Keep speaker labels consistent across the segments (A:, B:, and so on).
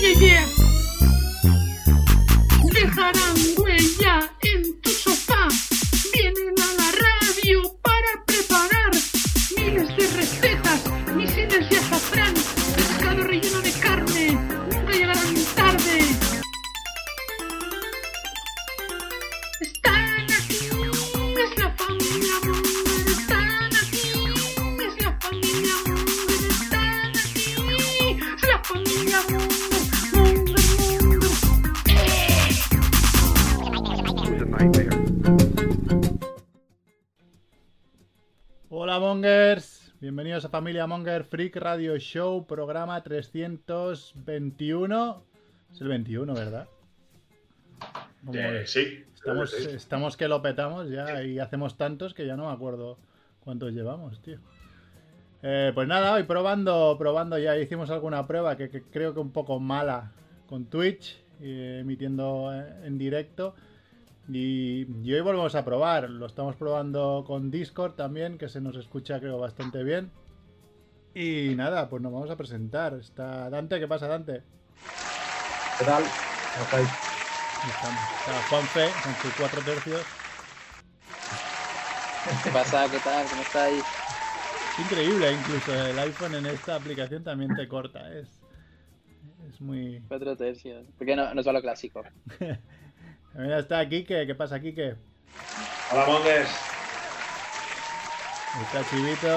A: llegué. Dejarán huella en tu sofá. Vienen a la radio para preparar miles de recetas, misiles de azafrán, pescado relleno de carne. Nunca llegarán tarde. Están aquí, es la familia Munger. Están aquí, es la familia Munger. Están aquí, es la familia Munger. Munger, Munger.
B: Hola Mongers, bienvenidos a Familia Monger Freak Radio Show, programa 321. Es el 21, ¿verdad? Como
C: Eh,
B: es.
C: sí.
B: estamos, eh,
C: Sí.
B: estamos que lo petamos ya y hacemos tantos que ya no me acuerdo cuántos llevamos, tío. Eh, pues nada, hoy probando, probando ya. Hicimos alguna prueba que, que creo que un poco mala con Twitch, eh, emitiendo eh, en directo. Y, y hoy volvemos a probar. Lo estamos probando con Discord también, que se nos escucha creo bastante bien. Y nada, pues nos vamos a presentar. Está Dante, ¿qué pasa Dante?
D: ¿Qué tal? ¿Cómo estáis?
B: Ahí estamos. Está Juanfe con sus cuatro tercios.
E: ¿Qué pasa? ¿Qué tal? ¿Cómo estáis?
B: Increíble, incluso el iPhone en esta aplicación también te corta. Es, es muy.
E: Cuatro tercios. ¿Por qué no, nos va lo clásico?
B: También está Kike, ¿qué pasa, Kike?
C: Hola, Mondes.
B: Está Chivito.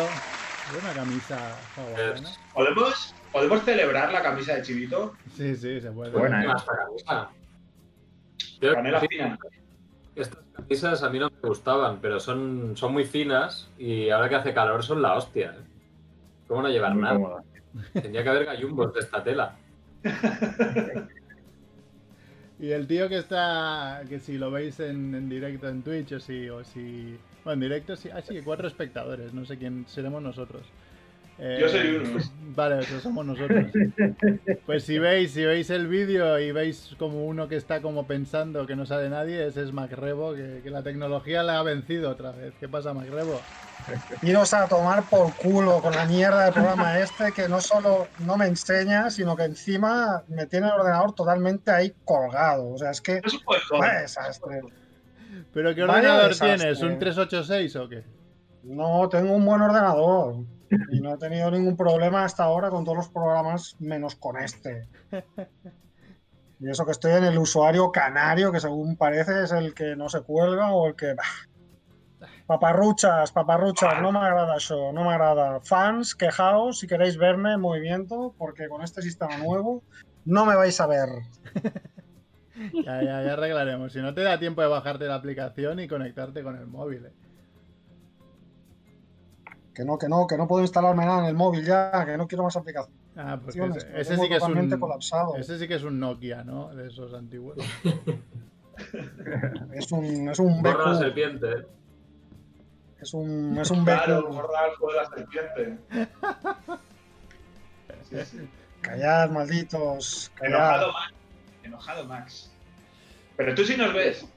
B: Tiene una camisa hawaiana.
C: ¿Podemos, ¿Podemos celebrar la camisa de Chivito?
B: Sí, sí, se puede.
D: Buena, ¿eh?
F: Hasta camisa. Yo,
C: Canela
F: sí,
C: fina.
F: estas camisas a mí no me gustaban, pero son, son muy finas y ahora que hace calor son la hostia. ¿eh? ¿Cómo no llevar
D: Muy
F: nada?
D: cómoda.
F: Tendría que haber gallumbos de esta tela.
B: Y el tío que está. Que si lo veis en, en directo en Twitch o si. O si bueno, en directo sí. Ah, sí, cuatro espectadores. No sé quién seremos nosotros. Eh,
C: Yo soy uno.
B: Vale, eso somos nosotros. Pues si veis, si veis el vídeo y veis como uno que está como pensando que no sale nadie, ese es Macrebo, que, que la tecnología la ha vencido otra vez. ¿Qué pasa, Macrebo?
G: Iros a tomar por culo con la mierda del programa este que no solo no me enseña, sino que encima me tiene el ordenador totalmente ahí colgado. O sea, es que
C: Es un boicot.
G: vaya desastre.
B: ¿Pero qué
G: Vaya
B: ordenador
G: desastre.
B: tienes? ¿Un 386 o qué?
G: No tengo un buen ordenador y no he tenido ningún problema hasta ahora con todos los programas menos con este. Y eso que estoy en el usuario canario, que según parece es el que no se cuelga o el que... bah. Paparruchas, paparruchas, no me agrada eso, no me agrada. Fans, quejaos si queréis verme en movimiento, porque con este sistema nuevo no me vais a ver.
B: Ya, ya, ya arreglaremos. Si no te da tiempo de bajarte la aplicación y conectarte con el móvil. ¿eh?
G: Que no, que no, que no puedo instalarme nada en el móvil ya, que no quiero más aplicaciones.
B: Ah, pues que
G: Lo
B: ese, ese
G: tengo
B: sí que es
G: totalmente
B: un.
G: colapsado.
B: Ese sí que es un Nokia, ¿no? De esos antiguos.
G: Es un, es un
F: Borra la
G: BQ.
F: serpiente. ¿eh?
G: Es un, es un
C: Claro,
G: beco.
C: borra el juego de la serpiente. Sí, sí.
G: Callad, malditos. Callad.
C: Enojado Max. Enojado Max. Pero tú sí nos ves.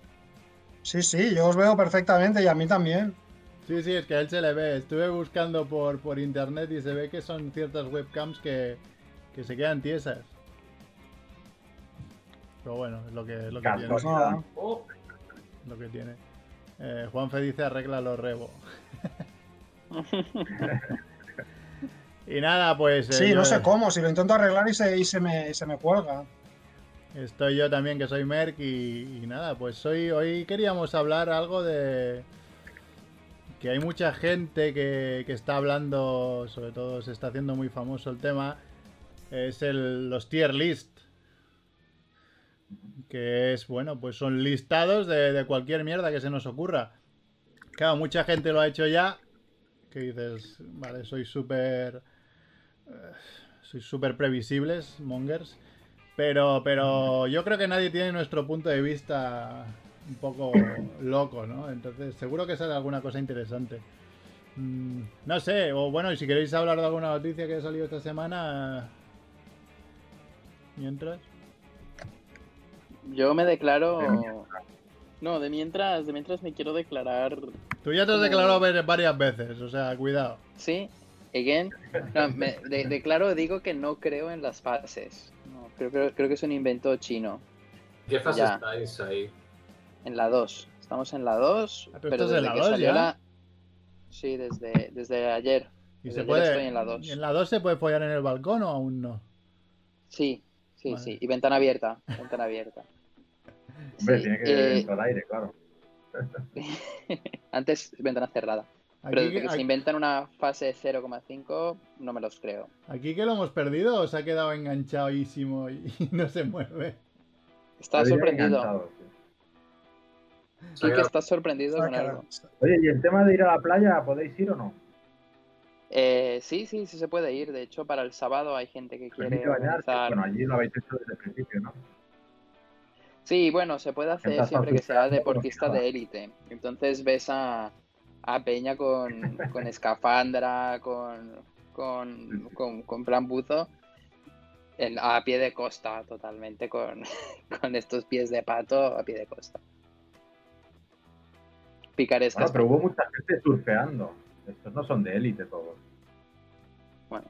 G: Sí, sí, yo os veo perfectamente y a mí también.
B: Sí, sí, es que a él se le ve. Estuve buscando por, por internet y se ve que son ciertas webcams que, que se quedan tiesas. Pero bueno, es lo que, es lo que tiene.
G: Pues nada.
C: Oh,
B: Lo que tiene. Eh, Juanfe dice arregla los rebo. y nada, pues. eh,
G: Sí, no
B: yo-
G: sé cómo, si lo intento arreglar y se, y se, me, y se me cuelga.
B: Estoy yo también, que soy Merck, y, y nada, pues hoy, hoy queríamos hablar algo de que hay mucha gente que, que está hablando, sobre todo se está haciendo muy famoso el tema, es el, los tier list, que es, bueno, pues son listados de, de cualquier mierda que se nos ocurra. Claro, mucha gente lo ha hecho ya, que dices, vale, soy súper... eh, Soy súper previsibles, mongers. Pero, pero yo creo que nadie tiene nuestro punto de vista un poco loco, ¿no? Entonces, seguro que sale alguna cosa interesante. Mm, no sé, o bueno, y si queréis hablar de alguna noticia que ha salido esta semana. Mientras.
E: Yo me declaro. No, de mientras, de mientras me quiero declarar.
B: Tú ya te has declarado ver- varias veces, o sea, cuidado.
E: Sí, again. No, me de- declaro, digo que no creo en las fases. No, Creo, creo- creo que es un invento chino.
F: ¿Qué fase
E: Ya.
F: estáis ahí?
E: En la 2. Estamos en la 2.
B: Ah, pero
E: pero
B: esto es de
E: desde
B: la
E: que
B: 2
E: salió
B: ya.
E: la. Sí, desde, desde ayer.
B: Y
E: Desde
B: se
E: ayer
B: puede.
E: estoy en la 2.
B: ¿y en la 2 se puede follar en el balcón o aún no?
E: Sí, sí,
B: Vale.
E: sí. Y ventana abierta. Ventana abierta.
D: Hombre,
E: Sí,
D: tiene que
E: eh,
D: entrar aire, claro.
E: Antes ventana cerrada. Pero
B: Aquí,
E: desde que se
B: aquí,
E: inventan una fase de 0,5, no me los creo.
B: aquí que lo hemos perdido o se ha quedado enganchadísimo y, y no se mueve.
E: Estás
D: Lo diría
E: sorprendido.
D: encantado, sí.
F: Se ha
E: Kike,
F: quedado-
E: estás sorprendido con
G: Sácala.
E: algo.
D: Oye, y el tema de ir a la playa, ¿podéis ir o no?
E: Eh, sí, sí, sí se puede ir. De hecho, para el sábado hay gente que quiere
D: Permite bañarse.
E: organizar.
D: Bueno, allí lo habéis hecho desde el principio, ¿no?
E: Sí, bueno, se puede hacer
D: Estás
E: siempre que sea
D: asustando,
E: deportista
D: nada.
E: de élite. Entonces ves a, a Peña con, con escafandra, con, con, con, con plan buzo, en- a pie de costa, totalmente, con, con estos pies de pato a pie de costa.
D: Bueno,
E: Picarescas.
D: pero hubo mucha gente surfeando. Estos no son de élite todos.
E: Bueno,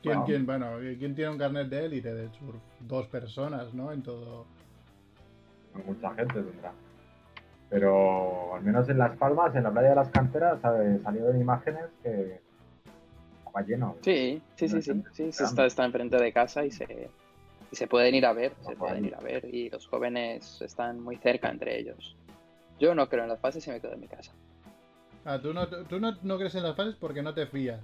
B: ¿Quién,
D: Bueno.
B: quién- bueno, eh, ¿quién tiene un carnet de élite? De surf? Dos personas, ¿no? En todo.
D: Mucha gente tendrá. Pero al menos en Las Palmas, en la playa de las canteras, ¿sabe? salieron imágenes que estaba lleno.
E: sí, sí, sí, sí. sí, se está, está enfrente de casa y se, y se pueden ir a ver, se pueden ir a ver. Y los jóvenes están muy cerca entre ellos. Yo no creo en las fases y me quedo en mi casa.
B: Ah, tú no, tú no, no crees en las fases porque no te fías.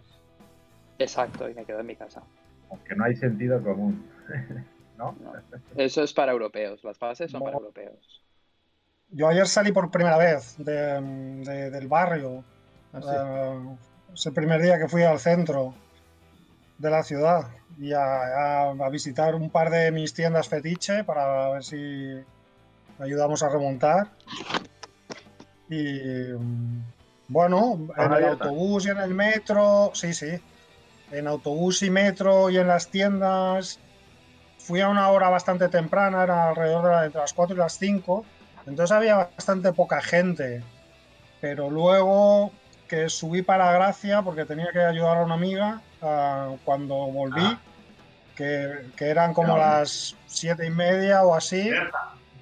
E: Exacto, y me quedo en mi casa.
D: Aunque no hay sentido común.
E: No. Eso es para europeos, las fases son
G: No.
E: para europeos.
G: Yo ayer salí por primera vez de- de- del barrio.
B: Así.
G: Eh, es el primer día que fui al centro de la ciudad y a, a- a visitar un par de mis tiendas fetiche para ver si ayudamos a remontar. Y mm, bueno, en
D: Ahora
G: el
D: ya está.
G: autobús y en el metro, sí, sí, en autobús y metro y en las tiendas. Fui a una hora bastante temprana, era alrededor de la- entre las 4 y las 5, entonces había bastante poca gente. Pero luego que subí para Gracia porque tenía que ayudar a una amiga ah, cuando volví,
F: Ah.
G: que, que eran como
D: Claro.
G: las siete y media o así.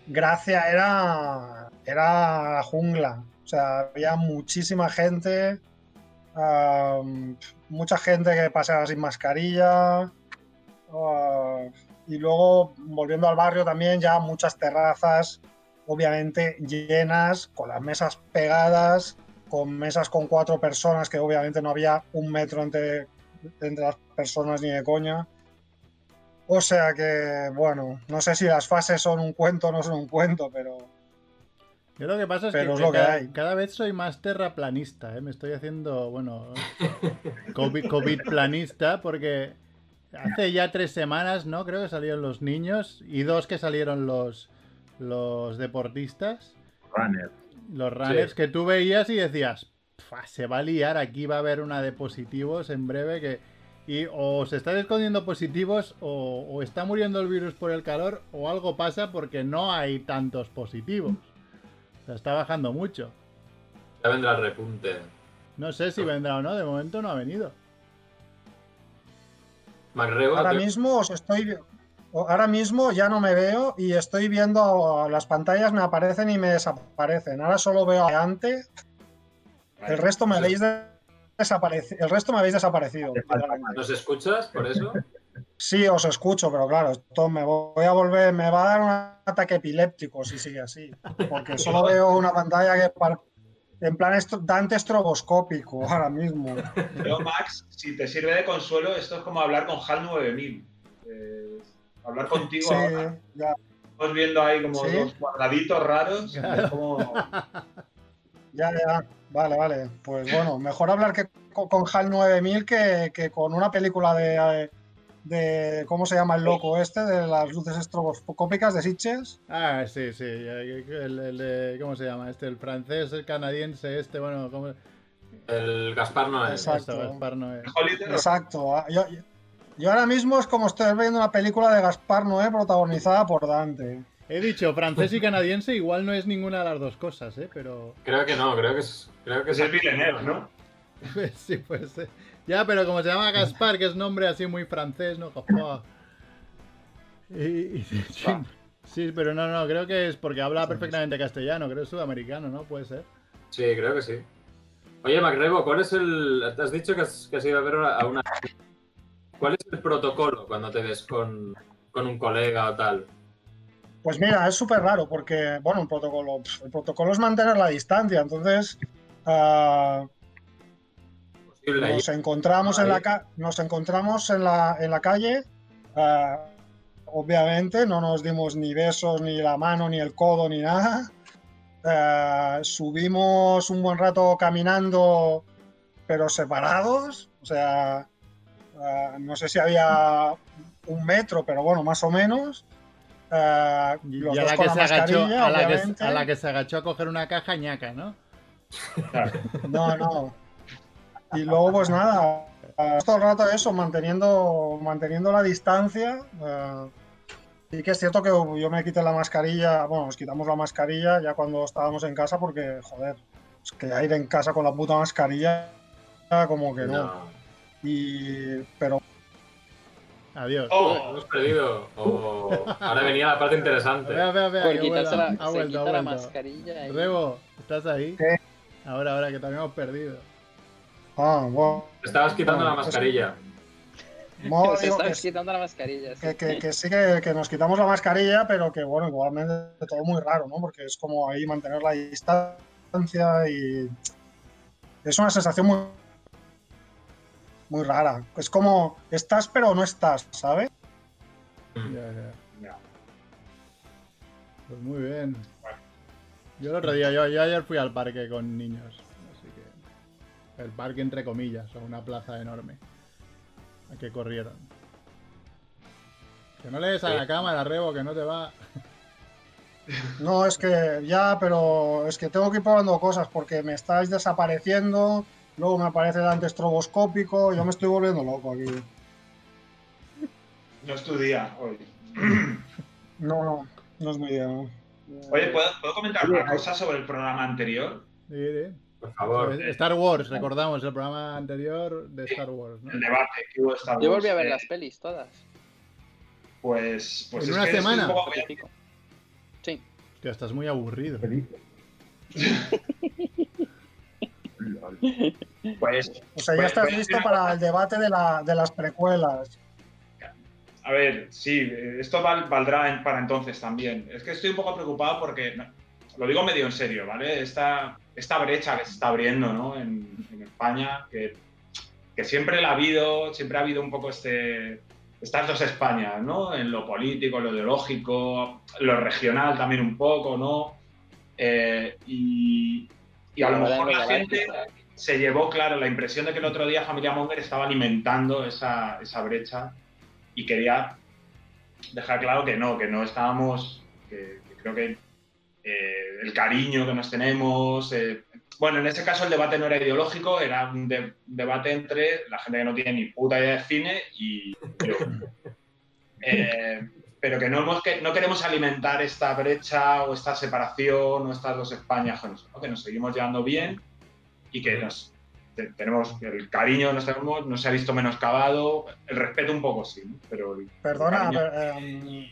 G: Gracia era, era la jungla. O sea, había muchísima gente, ah, mucha gente que pasaba sin mascarilla. ah, y luego, volviendo al barrio también, ya muchas terrazas, obviamente llenas, con las mesas pegadas, con mesas con cuatro personas, que obviamente no había un metro entre, entre las personas ni de coña. O sea que, bueno, no sé si las fases son un cuento o no son un cuento, pero
B: Yo lo que pasa es
G: Pero
B: que,
G: es lo que
B: cada,
G: hay.
B: cada vez soy más terraplanista, ¿eh? me estoy haciendo, bueno, COVID, COVID planista, porque hace ya tres semanas, ¿no? Creo que salieron los niños y dos que salieron los, los deportistas,
D: Runner.
B: los runners,
F: Sí.
B: que tú veías y decías, "Pua, se va a liar, aquí va a haber una de positivos en breve que... Y o se están escondiendo positivos o, o está muriendo el virus por el calor o algo pasa porque no hay tantos positivos. O sea, está bajando mucho.
F: Ya vendrá el repunte.
B: No sé si vendrá o no, de momento no ha venido.
F: MacRebo,
G: ahora
F: tú-
G: mismo os estoy... o- Ahora mismo ya no me veo y estoy viendo a- las pantallas, me aparecen y me desaparecen. Ahora solo veo adelante, el resto me habéis de- desapareci- el resto me habéis desaparecido.
D: Te falta
G: literalmente.
F: ¿Nos escuchas por eso?
G: Sí, os escucho, pero claro, esto me voy a volver, me va a dar un ataque epiléptico si sigue así, porque solo veo una pantalla que es par- en plan estro- Dante estroboscópico ahora mismo.
C: Yo, Max, si te sirve de consuelo, esto es como hablar con HAL 9000. Eh, hablar contigo
G: Sí,
C: ahora.
G: ya.
C: Estamos viendo ahí como
G: Sí.
C: dos cuadraditos raros. Es como...
G: Ya, ya, vale, vale. Pues bueno, mejor hablar que co- con, HAL 9000 que, que con una película de, de- ¿Cómo se llama el loco este? De las luces estroboscópicas de Sitches.
B: Ah, sí, sí. el- el- eh, ¿Cómo se llama? Este, el francés, el canadiense, este, bueno, ¿cómo?
F: El Gaspar no es.
G: Exacto.
B: Eso, Gaspar Noé.
C: Holly Terror.
G: Exacto. ah, Yo, yo ahora mismo es como estoy viendo una película de Gaspar Noé protagonizada por Dante.
B: He dicho francés y canadiense, igual no es ninguna de las dos cosas, ¿eh? Pero
F: Creo que no, creo que es. Creo que
C: Es el Villeneuve, ¿no?
B: sí, pues. eh. Ya, pero como se llama Gaspar, que es nombre así muy francés, ¿no? Joder. Y- y- sí,
E: Va.
B: sí, pero no, no, creo que es porque habla perfectamente castellano, creo que es sudamericano, ¿no? Puede ser.
F: Sí, creo que sí. Oye, Macrebo, ¿cuál es el. Te has dicho que has, que has ido a ver a una. ¿Cuál es el protocolo cuando te ves con, con un colega o tal?
G: Pues mira, es súper raro porque, bueno, el protocolo, pf, el protocolo es mantener la distancia, entonces ah,
F: Posible.
G: nos encontramos en la
F: Ahí.
G: ca- nos encontramos en la, en la calle, ah, obviamente no nos dimos ni besos, ni la mano, ni el codo, ni nada. Ah, subimos un buen rato caminando, pero separados, o sea, ah, no sé si había un metro, pero bueno, más o menos. Ah,
B: Y,
G: los
B: y a,
G: dos
B: la
G: con
B: que se agachó,
G: mascarilla,
B: a, la
G: obviamente.
B: que, a la que se agachó a coger una caja ñaca, ¿no?
G: No, no. Y luego, pues nada, eh, todo el rato eso, manteniendo, manteniendo la distancia. eh, sí que es cierto que yo me quité la mascarilla, bueno, nos quitamos la mascarilla ya cuando estábamos en casa porque, joder, es que ya ir en casa con la puta mascarilla, como que no.
F: No.
G: Y, pero
B: Adiós.
C: ¡Oh!
F: Hemos perdido. Oh, ahora venía la parte interesante.
B: Vea, vea, vea,
E: Por
B: que vuelve.
E: quitarse la,
B: ha
E: se
B: vuelto,
E: quita
B: ha
E: la
B: vuelto.
E: mascarilla. y-
B: Rebo, ¿estás ahí?
G: ¿Qué?
B: Ahora, ahora, que también hemos perdido.
G: ah, bueno,
F: Te estabas quitando la
G: Bueno, pues-
F: mascarilla.
G: no,
E: se
G: digo
E: está
G: que,
E: quitando la mascarilla. sí.
G: que- que- que sí que, que nos quitamos la mascarilla, pero que bueno, igualmente todo muy raro, ¿no? Porque es como ahí mantener la distancia y es una sensación muy, muy rara. Es como estás pero no estás, ¿sabes?
B: Ya, ya.
C: Ya.
B: Pues muy bien. Yo el otro día, yo, yo ayer fui al parque con niños. Así que. El parque entre comillas, o una plaza enorme. A que corrieron. Que no le des a la cámara, Rebo, que no te va.
G: No, es que ya, pero es que tengo que ir probando cosas porque me estáis desapareciendo, luego me aparece el antestroboscópico, yo me estoy volviendo loco aquí.
C: No es tu día hoy.
G: No, no, no es muy bien. ¿no?
C: Oye, ¿puedo, puedo comentar
D: Oye,
C: una cosa sobre el programa anterior?
B: Sí, sí. Pues
F: Por favor.
B: Star Wars, recordamos el programa anterior de Star Wars, ¿no?
C: El debate que hubo esta
E: Yo volví a ver
C: eh,
E: las pelis todas.
C: Pues, pues
B: En
C: es
B: una
C: que estoy
B: semana.
C: un poco apoyado.
E: Pico. Sí.
B: Hostia, estás muy aburrido.
D: ¿Qué dices? Lol.
C: Pues,
G: O sea, ya estás listo para el debate de, la, de las precuelas.
C: a ver, sí, eh, esto val- valdrá en- para entonces también. Es que estoy un poco preocupado porque, no, lo digo medio en serio, ¿vale? Esta, esta brecha que se está abriendo, ¿no? En, en España, que, que siempre la ha habido, siempre ha habido un poco este, estas dos Españas, ¿no? En lo político, en lo ideológico, lo regional también un poco, ¿no? Eh, y, y a lo
E: Ahora
C: mejor
E: en
C: la
E: Regalar,
C: gente...
E: quizá.
C: se llevó, claro, la impresión de que el otro día Familia Monger estaba alimentando esa, esa brecha y quería dejar claro que no, que no estábamos, que, que creo que eh, el cariño que nos tenemos, eh, bueno, en ese caso el debate no era ideológico, era un de- debate entre la gente que no tiene ni puta idea de cine y yo. Eh, pero que no, hemos, que no queremos alimentar esta brecha o esta separación o estas dos Españas, ¿no? que nos seguimos llevando bien y que nos, te- tenemos el cariño que nos tenemos, no se ha visto menoscabado, el respeto un poco sí, ¿no? pero... el
G: Perdona,
C: cariño-
G: pero, eh,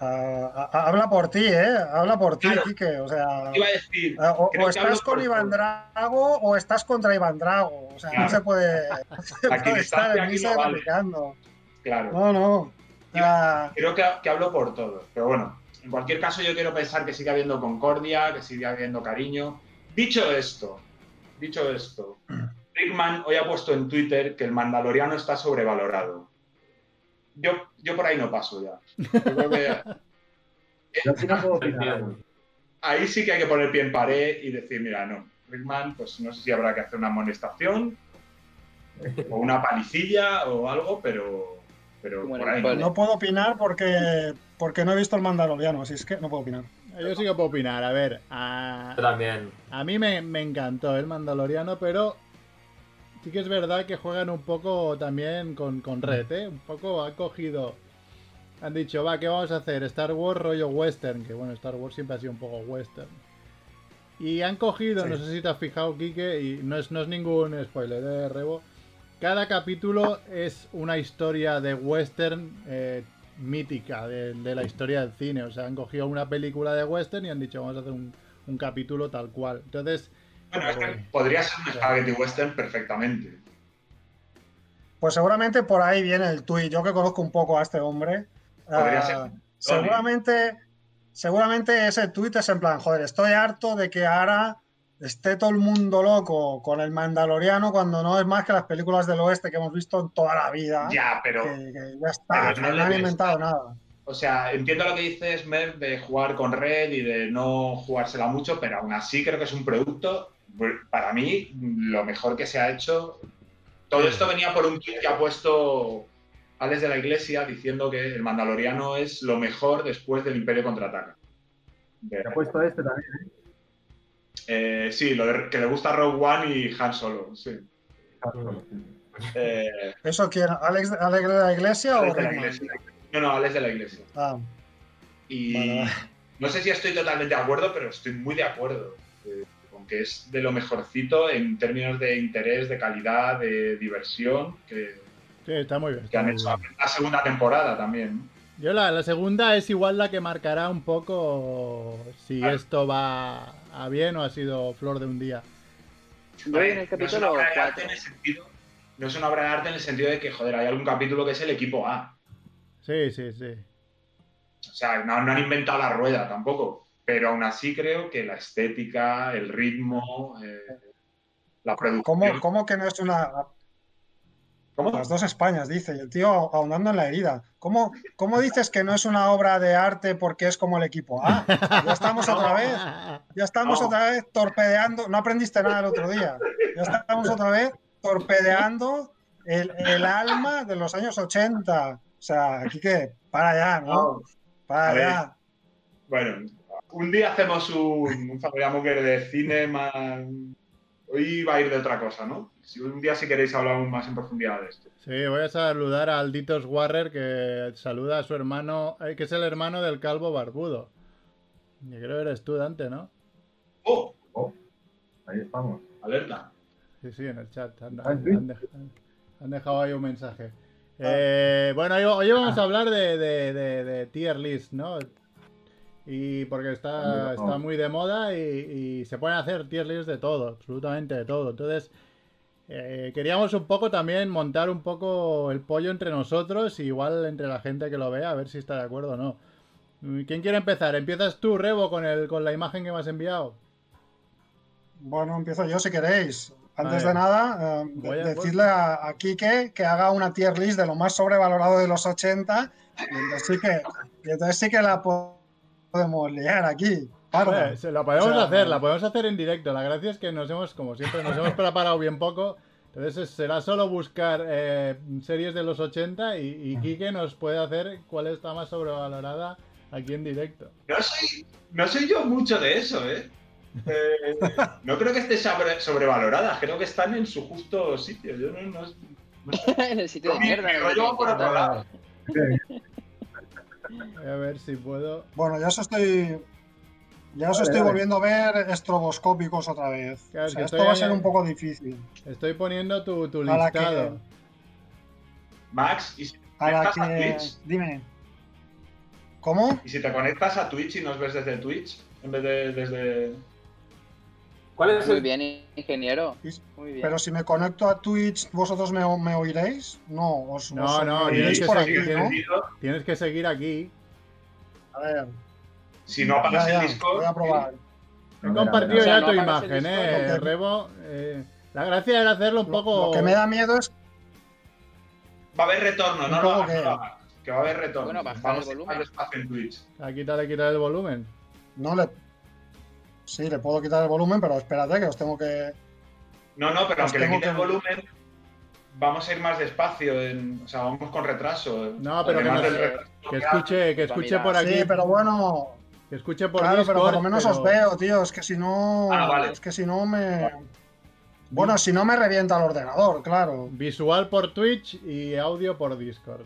G: ah, ah, habla por ti, ¿eh? Habla por ti,
C: Claro.
G: Quique. O sea,
C: Iba a decir,
G: ah, o,
C: creo
G: o
C: que hablo
G: estás con
C: por-
G: Iván Drago o estás contra Iván Drago. O sea, no
C: Claro.
G: se puede, no se
C: Aquí
G: puede
C: distancia,
G: estar en
C: aquí
G: misa
C: no
G: de
C: vale.
G: Vaticano.
C: claro.
G: No, no. Ah,
C: creo que, que hablo por todos, pero bueno, en cualquier caso yo quiero pensar que sigue habiendo concordia, que sigue habiendo cariño. Dicho esto, dicho esto, Rickman hoy ha puesto en Twitter que el mandaloriano está sobrevalorado. Yo, yo por ahí no paso ya. Yo creo que
D: Yo aquí no puedo opinar. güey.
C: ahí sí que hay que poner pie en pared y decir, mira, no, Rickman, pues no sé si habrá que hacer una amonestación o una palicilla o algo, pero, pero
E: Como en
C: por
E: el
C: ahí
E: cole.
C: no.
G: no puedo opinar porque, porque no he visto el Mandaloriano, así es que no puedo opinar.
B: Yo sí que puedo opinar. A ver, a,
F: Yo también.
B: A mí me, me encantó el Mandaloriano, pero sí que es verdad que juegan un poco también con, con red, ¿eh? Un poco han cogido. Han dicho, va, ¿qué vamos a hacer? Star Wars rollo western, que bueno, Star Wars siempre ha sido un poco western. Y han cogido,
G: Sí.
B: no sé si te has fijado, Quique, y no es, no es ningún spoiler de Rebo. Cada capítulo es una historia de western eh, mítica de, de la historia del cine. O sea, han cogido una película de western y han dicho, vamos a hacer un, un capítulo tal cual. Entonces, eh,
C: Bueno, es
B: Pues,
C: que podría ser un spaghetti western perfectamente.
G: Pues seguramente por ahí viene el tuit. Yo que conozco un poco a este hombre.
C: Podría
G: ah,
C: ser.
G: seguramente, seguramente ese tuit es en plan, joder, estoy harto de que ahora esté todo el mundo loco con el Mandaloriano cuando no es más que las películas del oeste que hemos visto en toda la vida.
C: Ya,
G: Que,
C: pero.
G: que ya está,
C: pero no
G: que
C: le
G: no han
C: ves.
G: inventado nada.
C: O sea, entiendo lo que dices, Mer, de jugar con red y de no jugársela mucho, pero aún así creo que es un producto, br- para mí, lo mejor que se ha hecho. Todo esto venía por un tweet que ha puesto Alex de la Iglesia diciendo que el Mandaloriano es lo mejor después del Imperio Contraataca. De-
D: Te ha puesto este también.
C: eh, sí, lo de- que le gusta Rogue One y Han Solo, sí.
D: Carlos. Sí.
C: Eh,
G: ¿Eso quién? ¿Alex, Alex de la Iglesia o
C: Alex de la
G: Rickman?
C: Iglesia. No, no, Alex de la Iglesia.
G: Ah,
C: Y
G: Vale, vale.
C: no sé si estoy totalmente de acuerdo, pero estoy muy de acuerdo eh, con que es de lo mejorcito en términos de interés, de calidad, de diversión que,
B: sí, está muy bien.
C: que
B: está
C: han
B: muy
C: hecho
B: bien.
G: Mm.
C: la segunda temporada también.
B: Yo la, la segunda es igual la que marcará un poco si
C: Claro.
B: esto va a bien o ha sido flor de un día.
E: Yo vi en
C: No
E: el
C: es una
E: capítulo
C: obra de arte
E: 4.
C: en el sentido- No es una obra de arte en el sentido de que, joder, hay algún capítulo que es el equipo A.
B: Sí, sí, sí.
C: O sea, no, no han inventado la rueda tampoco. Pero aún así creo que la estética, el ritmo, eh, la producción...
G: ¿Cómo, ¿Cómo que no es una,
C: ¿Cómo?
G: Las dos Españas, dice, y el tío ahondando en la herida. ¿Cómo, cómo dices que no es una obra de arte porque es como el equipo A? Ya estamos otra vez, ya estamos
C: No.
G: otra vez torpedeando, no aprendiste nada el otro día, ya estamos otra vez torpedeando el, el alma de los años 80. O sea, aquí que, para allá, ¿no?
C: a ver.
G: Para allá.
C: Bueno, un día hacemos un, un Familia Monger de cine más... Hoy va a ir de otra cosa, ¿no? Si un día si queréis hablamos más en profundidad de esto.
B: Sí, voy a saludar a Alditos Warrer que saluda a su hermano, eh, que es el hermano del calvo barbudo. Yo creo que eres tú, Dante, ¿no?
C: ¡Oh!
D: Ahí estamos.
C: Alerta.
B: Sí, sí, en el chat. Han,
D: Ah, sí. Ah.
B: han dej- han dejado ahí un mensaje. Eh, bueno, hoy, hoy vamos a hablar de, de- de- de tier list, ¿no? Y porque está,
D: Está muy de
B: está muy
D: moda.
B: de moda y, y se pueden hacer tier list de todo, absolutamente de todo. Entonces, eh, queríamos un poco también montar un poco el pollo entre nosotros y igual entre la gente que lo vea, a ver si está de acuerdo o no. Mm, ¿Quién quiere empezar? ¿Empiezas tú, Rebo, con, el, con la imagen que me has enviado?
G: Bueno, empiezo yo si queréis. Antes
B: Vale.
G: de nada, eh,
B: Voy a-
G: decirle a, a Quique que haga una tier list de lo más sobrevalorado de los 80 y entonces sí que, y entonces sí que la po- podemos liar aquí. parda.
B: Eh, se la podemos
G: O sea,
B: hacer, la
G: no.
B: podemos hacer en directo. La gracia es que nos hemos, como siempre, nos hemos preparado bien poco. Entonces es- será solo buscar eh, series de los 80 y, y Quique nos puede hacer cuál está más sobrevalorada aquí en directo.
C: No soy, no soy yo mucho de eso, ¿eh? Eh, no creo que esté sobre- sobrevalorada, creo que están en su justo sitio. Yo no, no-
E: en el sitio de
C: Lo mismo,
E: mierda. en el
C: lo
E: que
C: llevo por
E: dice.
C: otro lado.
B: Voy A ver si puedo.
G: Bueno, ya os estoy, ya os
D: Vale,
G: estoy
D: vale.
G: volviendo a ver estroboscópicos otra vez.
B: Claro,
G: O sea,
B: que
G: esto
B: estoy
G: va a
B: ahí-
G: ser un poco difícil.
B: Estoy poniendo tu, tu
G: A la que-
B: listado.
C: Max, y si, te
G: A la
C: conectas a
G: que...
C: Twitch,
G: Dime. ¿Cómo?
C: y si te conectas a Twitch y nos ves desde Twitch, en vez de desde...
F: ¿Cuál es
E: Muy
F: el
E: bien, ingeniero.
G: Sí,
E: Muy bien.
G: Pero si me conecto a Twitch, ¿vosotros me, me oiréis? No, os,
B: No,
G: os-
B: no,
C: Eh,
B: tienes
G: me oiréis
B: que
G: por
B: seguir,
G: aquí, Ah, ¿no?
B: tienes- Tienes que seguir aquí.
G: A ver,
C: Si no apagas
G: ya, ya,
C: el Discord...
G: voy a probar.
B: He
D: A ver,
B: compartido
E: O sea,
B: ya
E: no
B: tu
E: aparece el
B: imagen,
E: listado.
B: eh, Rebo. Eh, la gracia era hacerlo un
G: Lo-
B: poco.
G: Lo que me da miedo es
C: Va a haber retorno, no
G: Un
C: lo
G: poco
C: hagas, no
G: que-
C: lo hagas, que va a haber retorno.
E: Bueno, bajar
C: Vamos
E: el
C: a
E: volumen.
C: dejar espacio en Twitch.
B: Ah, quítale, quítale el volumen.
G: no le... Sí, le puedo quitar el volumen, pero espérate que os tengo que...
C: No, no, pero
G: Pues
C: aunque le
G: tengo
C: quite el
G: que-
C: volumen, vamos a ir más despacio, en- o sea, vamos con retraso.
B: No, pero
C: Además
B: que
C: del
B: no
E: sé.
C: retraso
B: Que
C: que
B: escuche, que
E: Pues
B: escuche
E: mira,
B: por aquí.
G: Sí, pero bueno,
B: Que escuche por
G: claro, pero por lo
B: Discord,
G: menos os
B: pero-
G: veo, tío. Es que si no...
C: Ah, vale.
G: Es que si no me... Bueno, si no me revienta el ordenador, claro.
B: Visual por Twitch y audio por Discord.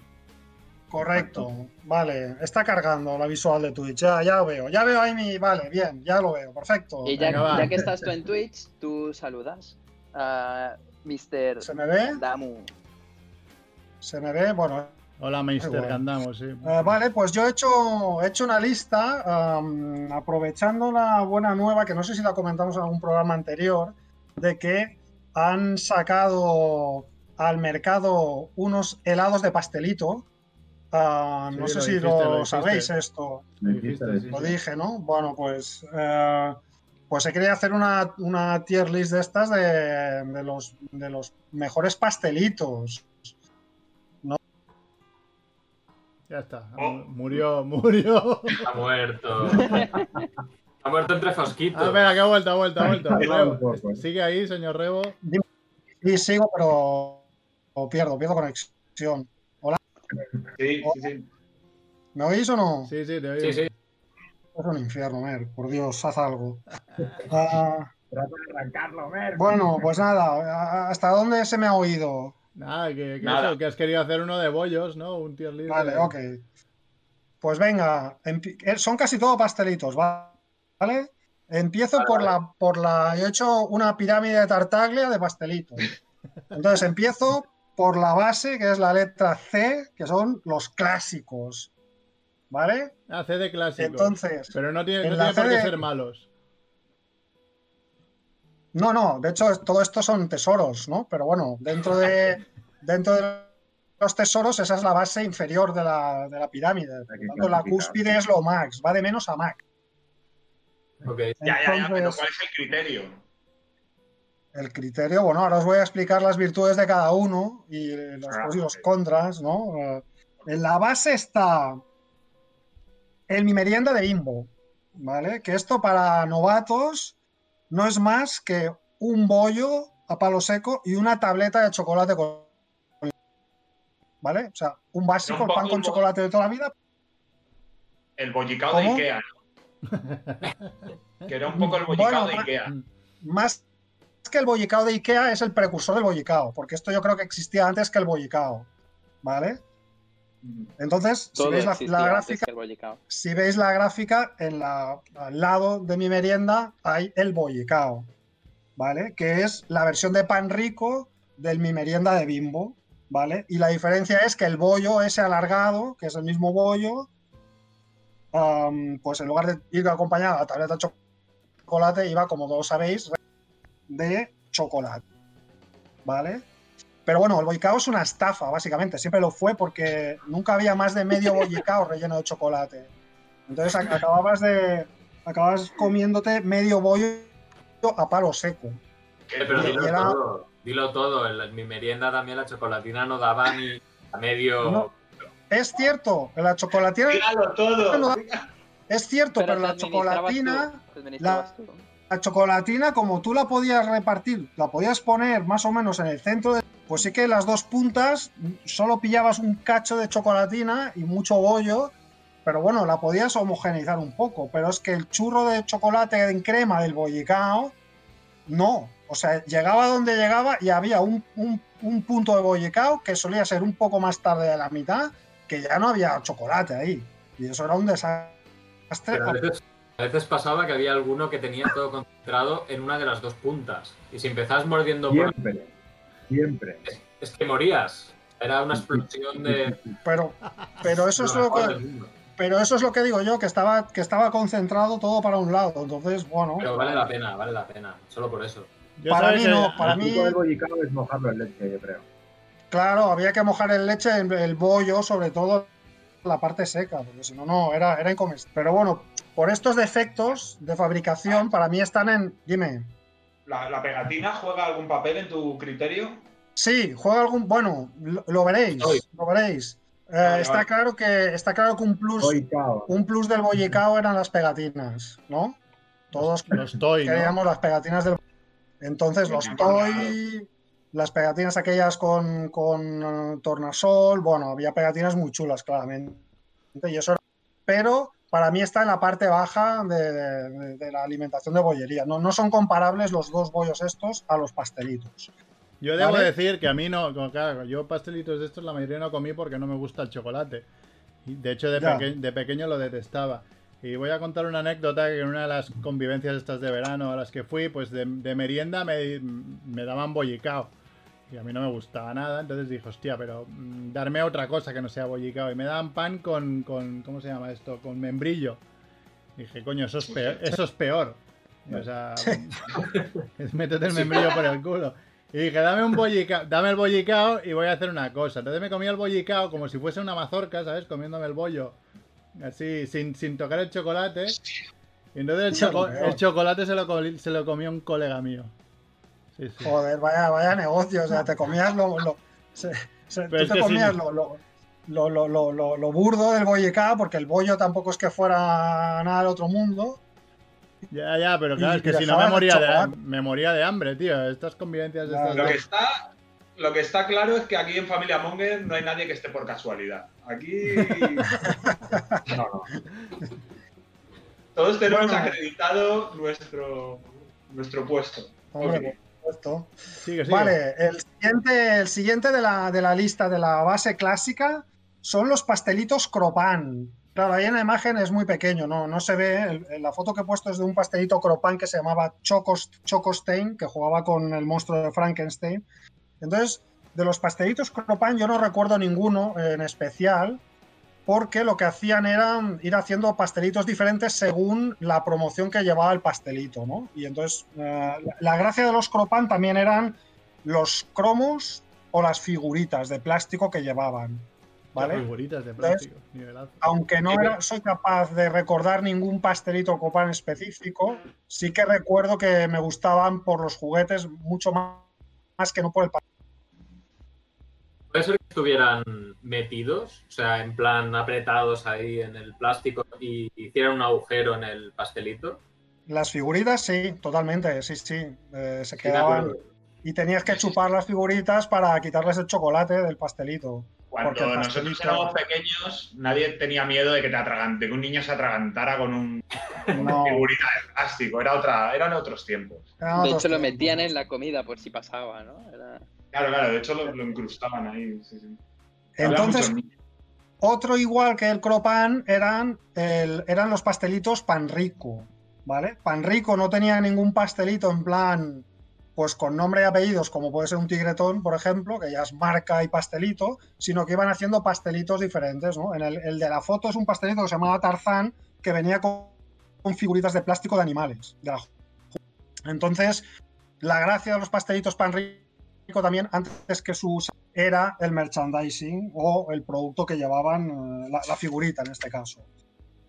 G: Correcto. Vale, está cargando la visual de Twitch. Ya, ya lo veo. Ya veo ahí mi... Vale, bien, ya lo veo. Perfecto.
E: Y ya,
B: Venga, va.
E: ya que estás tú en Twitch, tú saludas a Mr.
G: ¿Se me ve?
E: Damu.
G: ¿Se me ve? Bueno,
B: Hola, Meister
G: Igual.
B: Gandamo, sí.
G: Eh, vale, pues yo he hecho, he hecho una lista, am, aprovechando la buena nueva, que no sé si la comentamos en algún programa anterior, de que han sacado al mercado unos helados de pastelito. Ah, no
B: Sí,
G: sé
B: lo
G: si
B: dijiste,
G: lo,
B: lo dijiste.
G: sabéis esto.
D: Me
B: Sí,
D: dijiste,
B: sí,
D: de-
B: sí.
G: Lo dije, ¿no? Bueno, pues. eh, pues he querido hacer una, una tier list de estas de, de los, de los mejores pastelitos.
B: Ya está.
C: Oh.
B: Murió, murió.
F: Ha muerto. ha muerto entre fosquitos.
B: Ah, espera, que ha vuelto, ha vuelto, ha vuelto.
D: Ahí va
B: Rebo,
D: un poco, ¿eh?
B: Sigue ahí, señor Rebo.
G: Y sigo, pero o pierdo, pierdo conexión.
C: Sí, sí, sí.
G: ¿Me oís o no?
B: Sí, sí, te oigo.
F: Sí, sí.
G: Es un infierno, Mer. Por Dios, haz algo. Ah,
D: Trata de arrancarlo, Mer.
G: bueno, pues nada. ¿Hasta dónde se me ha oído?
B: Nada, que, que
C: Nada.
B: eso, que has querido hacer uno de bollos, ¿no? Un tier list.
G: Vale,
B: de-
G: ok. Pues venga, empi- eh, son casi todo pastelitos, ¿va- ¿vale? Empiezo
F: Vale,
G: por
F: vale.
G: la, por la. Yo he hecho una pirámide de tartaglia de pastelitos. Entonces empiezo por la base, que es la letra C, que son los clásicos. ¿Vale?
B: Hace Ah, de clásico.
G: Entonces.
B: Pero no tiene, no
G: en la
B: tiene por qué
G: CD
B: ser malos.
G: No, no, de hecho, todo esto son tesoros, ¿no? Pero bueno, dentro de, dentro de los tesoros, esa es la base inferior de la, de la pirámide. Por
D: Hay que
G: tanto, la
D: clasificar.
G: cúspide es lo max, va de menos a max.
F: Ok. Eh,
C: Ya, ya, ya, pero
G: Entonces,
C: ¿cuál es el criterio?
G: el criterio, bueno, ahora os voy a explicar las virtudes de cada uno y los
C: Ah,
G: pros y los
C: ok.
G: contras, ¿no? Eh, En la base está el mi merienda de bimbo, ¿vale? Que esto para novatos no es más que un bollo a palo seco y una tableta de chocolate con... ¿Vale? O sea, un básico,
C: Pero un
G: el pan con
C: poquito-
G: chocolate de toda la vida.
C: El bollicao de
G: ¿Cómo?
C: Ikea. ¿no? que era un poco el bollicao
G: Bueno,
C: de
G: pa-
C: Ikea.
G: Más que el bollicao de Ikea es el precursor del bollicao, porque esto yo creo que existía antes que el bollicao, ¿vale? Entonces, si
E: Todo
G: veis la,
E: existía
G: la
E: antes
G: gráfica,
E: que el bollicao.
G: si veis la gráfica, en la, al lado de mi merienda hay el bollicao, ¿vale? Que es la versión de pan rico del mi merienda de bimbo, ¿vale? Y la diferencia es que el bollo ese alargado, que es el mismo bollo, am, pues en lugar de ir acompañado a la tableta de cho- chocolate, iba, como todos sabéis, de chocolate, ¿vale? Pero bueno, el bollicao es una estafa, básicamente. Siempre lo fue porque nunca había más de medio bollicao relleno de chocolate. Entonces ac- acababas de. Acababas comiéndote medio bollo a palo seco.
F: Eh, pero
G: Y-
F: dilo
G: y era-
F: todo. Dilo todo. En la- en mi merienda también la chocolatina no daba ni a medio.
G: No. Es cierto, la chocolatina.
C: Dígalo todo.
G: Es cierto, pero, la
E: te administrabas
G: chocolatina.
E: tú, te administrabas tú.
G: La chocolatina, como tú la podías repartir, la podías poner más o menos en el centro de. Pues sí que las dos puntas mm, solo pillabas un cacho de chocolatina y mucho bollo, pero bueno, la podías homogeneizar un poco. Pero es que el churro de chocolate en crema del bollicao, no. O sea, llegaba donde llegaba y había un, un- un punto de bollicao que solía ser un poco más tarde de la mitad, que ya no había chocolate ahí. Y eso era un desastre.
F: Pero a veces, a veces pasaba que había alguno que tenía todo concentrado en una de las dos puntas. Y si empezabas mordiendo por ahí,
D: Siempre. Siempre.
F: es que morías. Era
D: Mm,
F: una explosión de.
G: Pero, pero eso es lo que.
F: del mundo.
G: Pero eso es lo que digo yo, que estaba, que estaba concentrado todo para un lado. Entonces, bueno,
F: Pero vale la pena, vale la pena. Solo por eso.
B: Yo
G: Para
B: sabes
G: mí
B: que-
G: no, para
B: ah,
G: mí-
D: El pico del bollicao es mojarlo en leche, yo creo.
G: claro, había que mojar en leche el, el bollo, sobre todo la parte seca, porque si no, no, era, era incomestible. Pero bueno, por estos defectos de fabricación, para mí están en. Dime.
C: ¿La, la pegatina juega algún papel en tu criterio?
G: Sí, juega algún. Bueno, lo, lo veréis.
F: Hoy.
G: Lo veréis. Eh,
C: Vale,
G: está
C: vale.
G: claro que. Está claro que un plus,
D: Bollicao.
G: un plus del bollicao eran las pegatinas, ¿no? Todos
B: Los toy, ¿no?
G: queríamos las pegatinas del. Entonces los
C: Bien,
G: toy, las pegatinas aquellas con, con eh, tornasol, bueno, había pegatinas muy chulas, claramente. Y eso era- Pero para mí está en la parte baja de, de- de la alimentación de bollería. No, no son comparables los dos bollos estos a los pastelitos.
B: Yo debo
G: ¿Vale?
B: decir que a mí no, como claro, yo pastelitos de estos la mayoría no comí porque no me gusta el chocolate. Y, De hecho, de,
G: Ya.
B: peque- de pequeño lo detestaba. Y voy a contar una anécdota que en una de las convivencias estas de verano a las que fui, pues de, de merienda me, me daban bollicao. Y a mí no me gustaba nada, entonces dije, hostia, pero mm, darme otra cosa que no sea bollicao. Y me dan pan con, con- ¿cómo se llama esto? Con membrillo. Dije, coño, eso es peor. Eso es peor. O sea, es métete el membrillo por el culo. Y dije, dame un bollicao, dame el bollicao y voy a hacer una cosa. Entonces me comí el bollicao como si fuese una mazorca, ¿sabes? Comiéndome el bollo. Así, sin, sin tocar el chocolate. Y entonces el,
G: Eso es lo
B: choco-
G: peor.
B: el chocolate se lo, co- se lo comió un colega mío. Sí, sí.
G: Joder, vaya, vaya negocio. O sea, te comías lo. lo- se- se-
B: Pero es
G: tú te
B: que sí.
G: comías lo, lo, lo, lo, lo, lo- lo burdo del bollicá, porque el bollo tampoco es que fuera nada del otro mundo.
B: Ya, ya, pero claro,
G: Y
B: es que si no
G: dejaban
B: me
G: el
B: moría, de,
G: chocolate.
B: me moría de hambre, tío. Estas convivencias de
G: Claro.
B: estas
C: Lo que,
B: dos-
C: está, lo que está claro es que aquí en Familia Monger no hay nadie que esté por casualidad. Aquí
D: No, no.
C: todos tenemos
G: Bueno.
C: acreditado nuestro, nuestro puesto.
G: Hombre,
C: Ok.
G: por supuesto.
B: Sigue, sigue.
G: Vale, el siguiente, el siguiente de, la, de la lista de la base clásica son los pastelitos cropán. Claro, ahí en la imagen es muy pequeño, no, no se ve. el- el- la foto que he puesto es de un pastelito cropán que se llamaba Chocos, Chocostein, que jugaba con el monstruo de Frankenstein. Entonces, de los pastelitos cropán yo no recuerdo ninguno eh, en especial, porque lo que hacían era ir haciendo pastelitos diferentes según la promoción que llevaba el pastelito, ¿no? Y entonces, eh, la- la gracia de los cropán también eran los cromos o las figuritas de plástico que llevaban. ¿Vale? ah,
B: Las Figuritas de plástico, nivelazo.
G: aunque no era- soy capaz de recordar ningún pastelito copán específico, sí que recuerdo que me gustaban por los juguetes mucho más, más que no por el pastel.
F: ¿Puede ser que estuvieran metidos? O sea, en plan apretados ahí en el plástico y hicieran un agujero en el pastelito.
G: Las figuritas, sí, totalmente, sí, sí, eh, se
F: Sí, me
G: quedaban.
F: acuerdo.
G: Y tenías que chupar las figuritas para quitarles el chocolate del pastelito. Porque
C: Cuando
G: el
C: nosotros
G: pastelito-
C: éramos pequeños, nadie tenía miedo de que te atragante, que un niño se atragantara con un con una
G: No.
C: figurita de plástico. Era otra, eran otros tiempos.
G: Eran
E: de
G: otros
E: hecho, lo
G: tiempos.
E: metían en la comida por si pasaba, ¿no? Era-
C: Claro, claro, de hecho lo, lo incrustaban ahí. sí, sí. Había
G: Entonces,
C: muchos niños.
G: Otro igual que el cropan eran, el- eran los pastelitos pan rico, ¿vale? Pan rico no tenía ningún pastelito en plan, pues con nombre y apellidos, como puede ser un tigretón, por ejemplo, que ya es marca y pastelito, sino que iban haciendo pastelitos diferentes, ¿no? En el, el de la foto es un pastelito que se llamaba Tarzán, que venía con, con figuritas de plástico de animales. de la ju- Entonces, la gracia de los pastelitos pan rico también, antes que su era el merchandising o el producto que llevaban, eh, la, la figurita en este caso.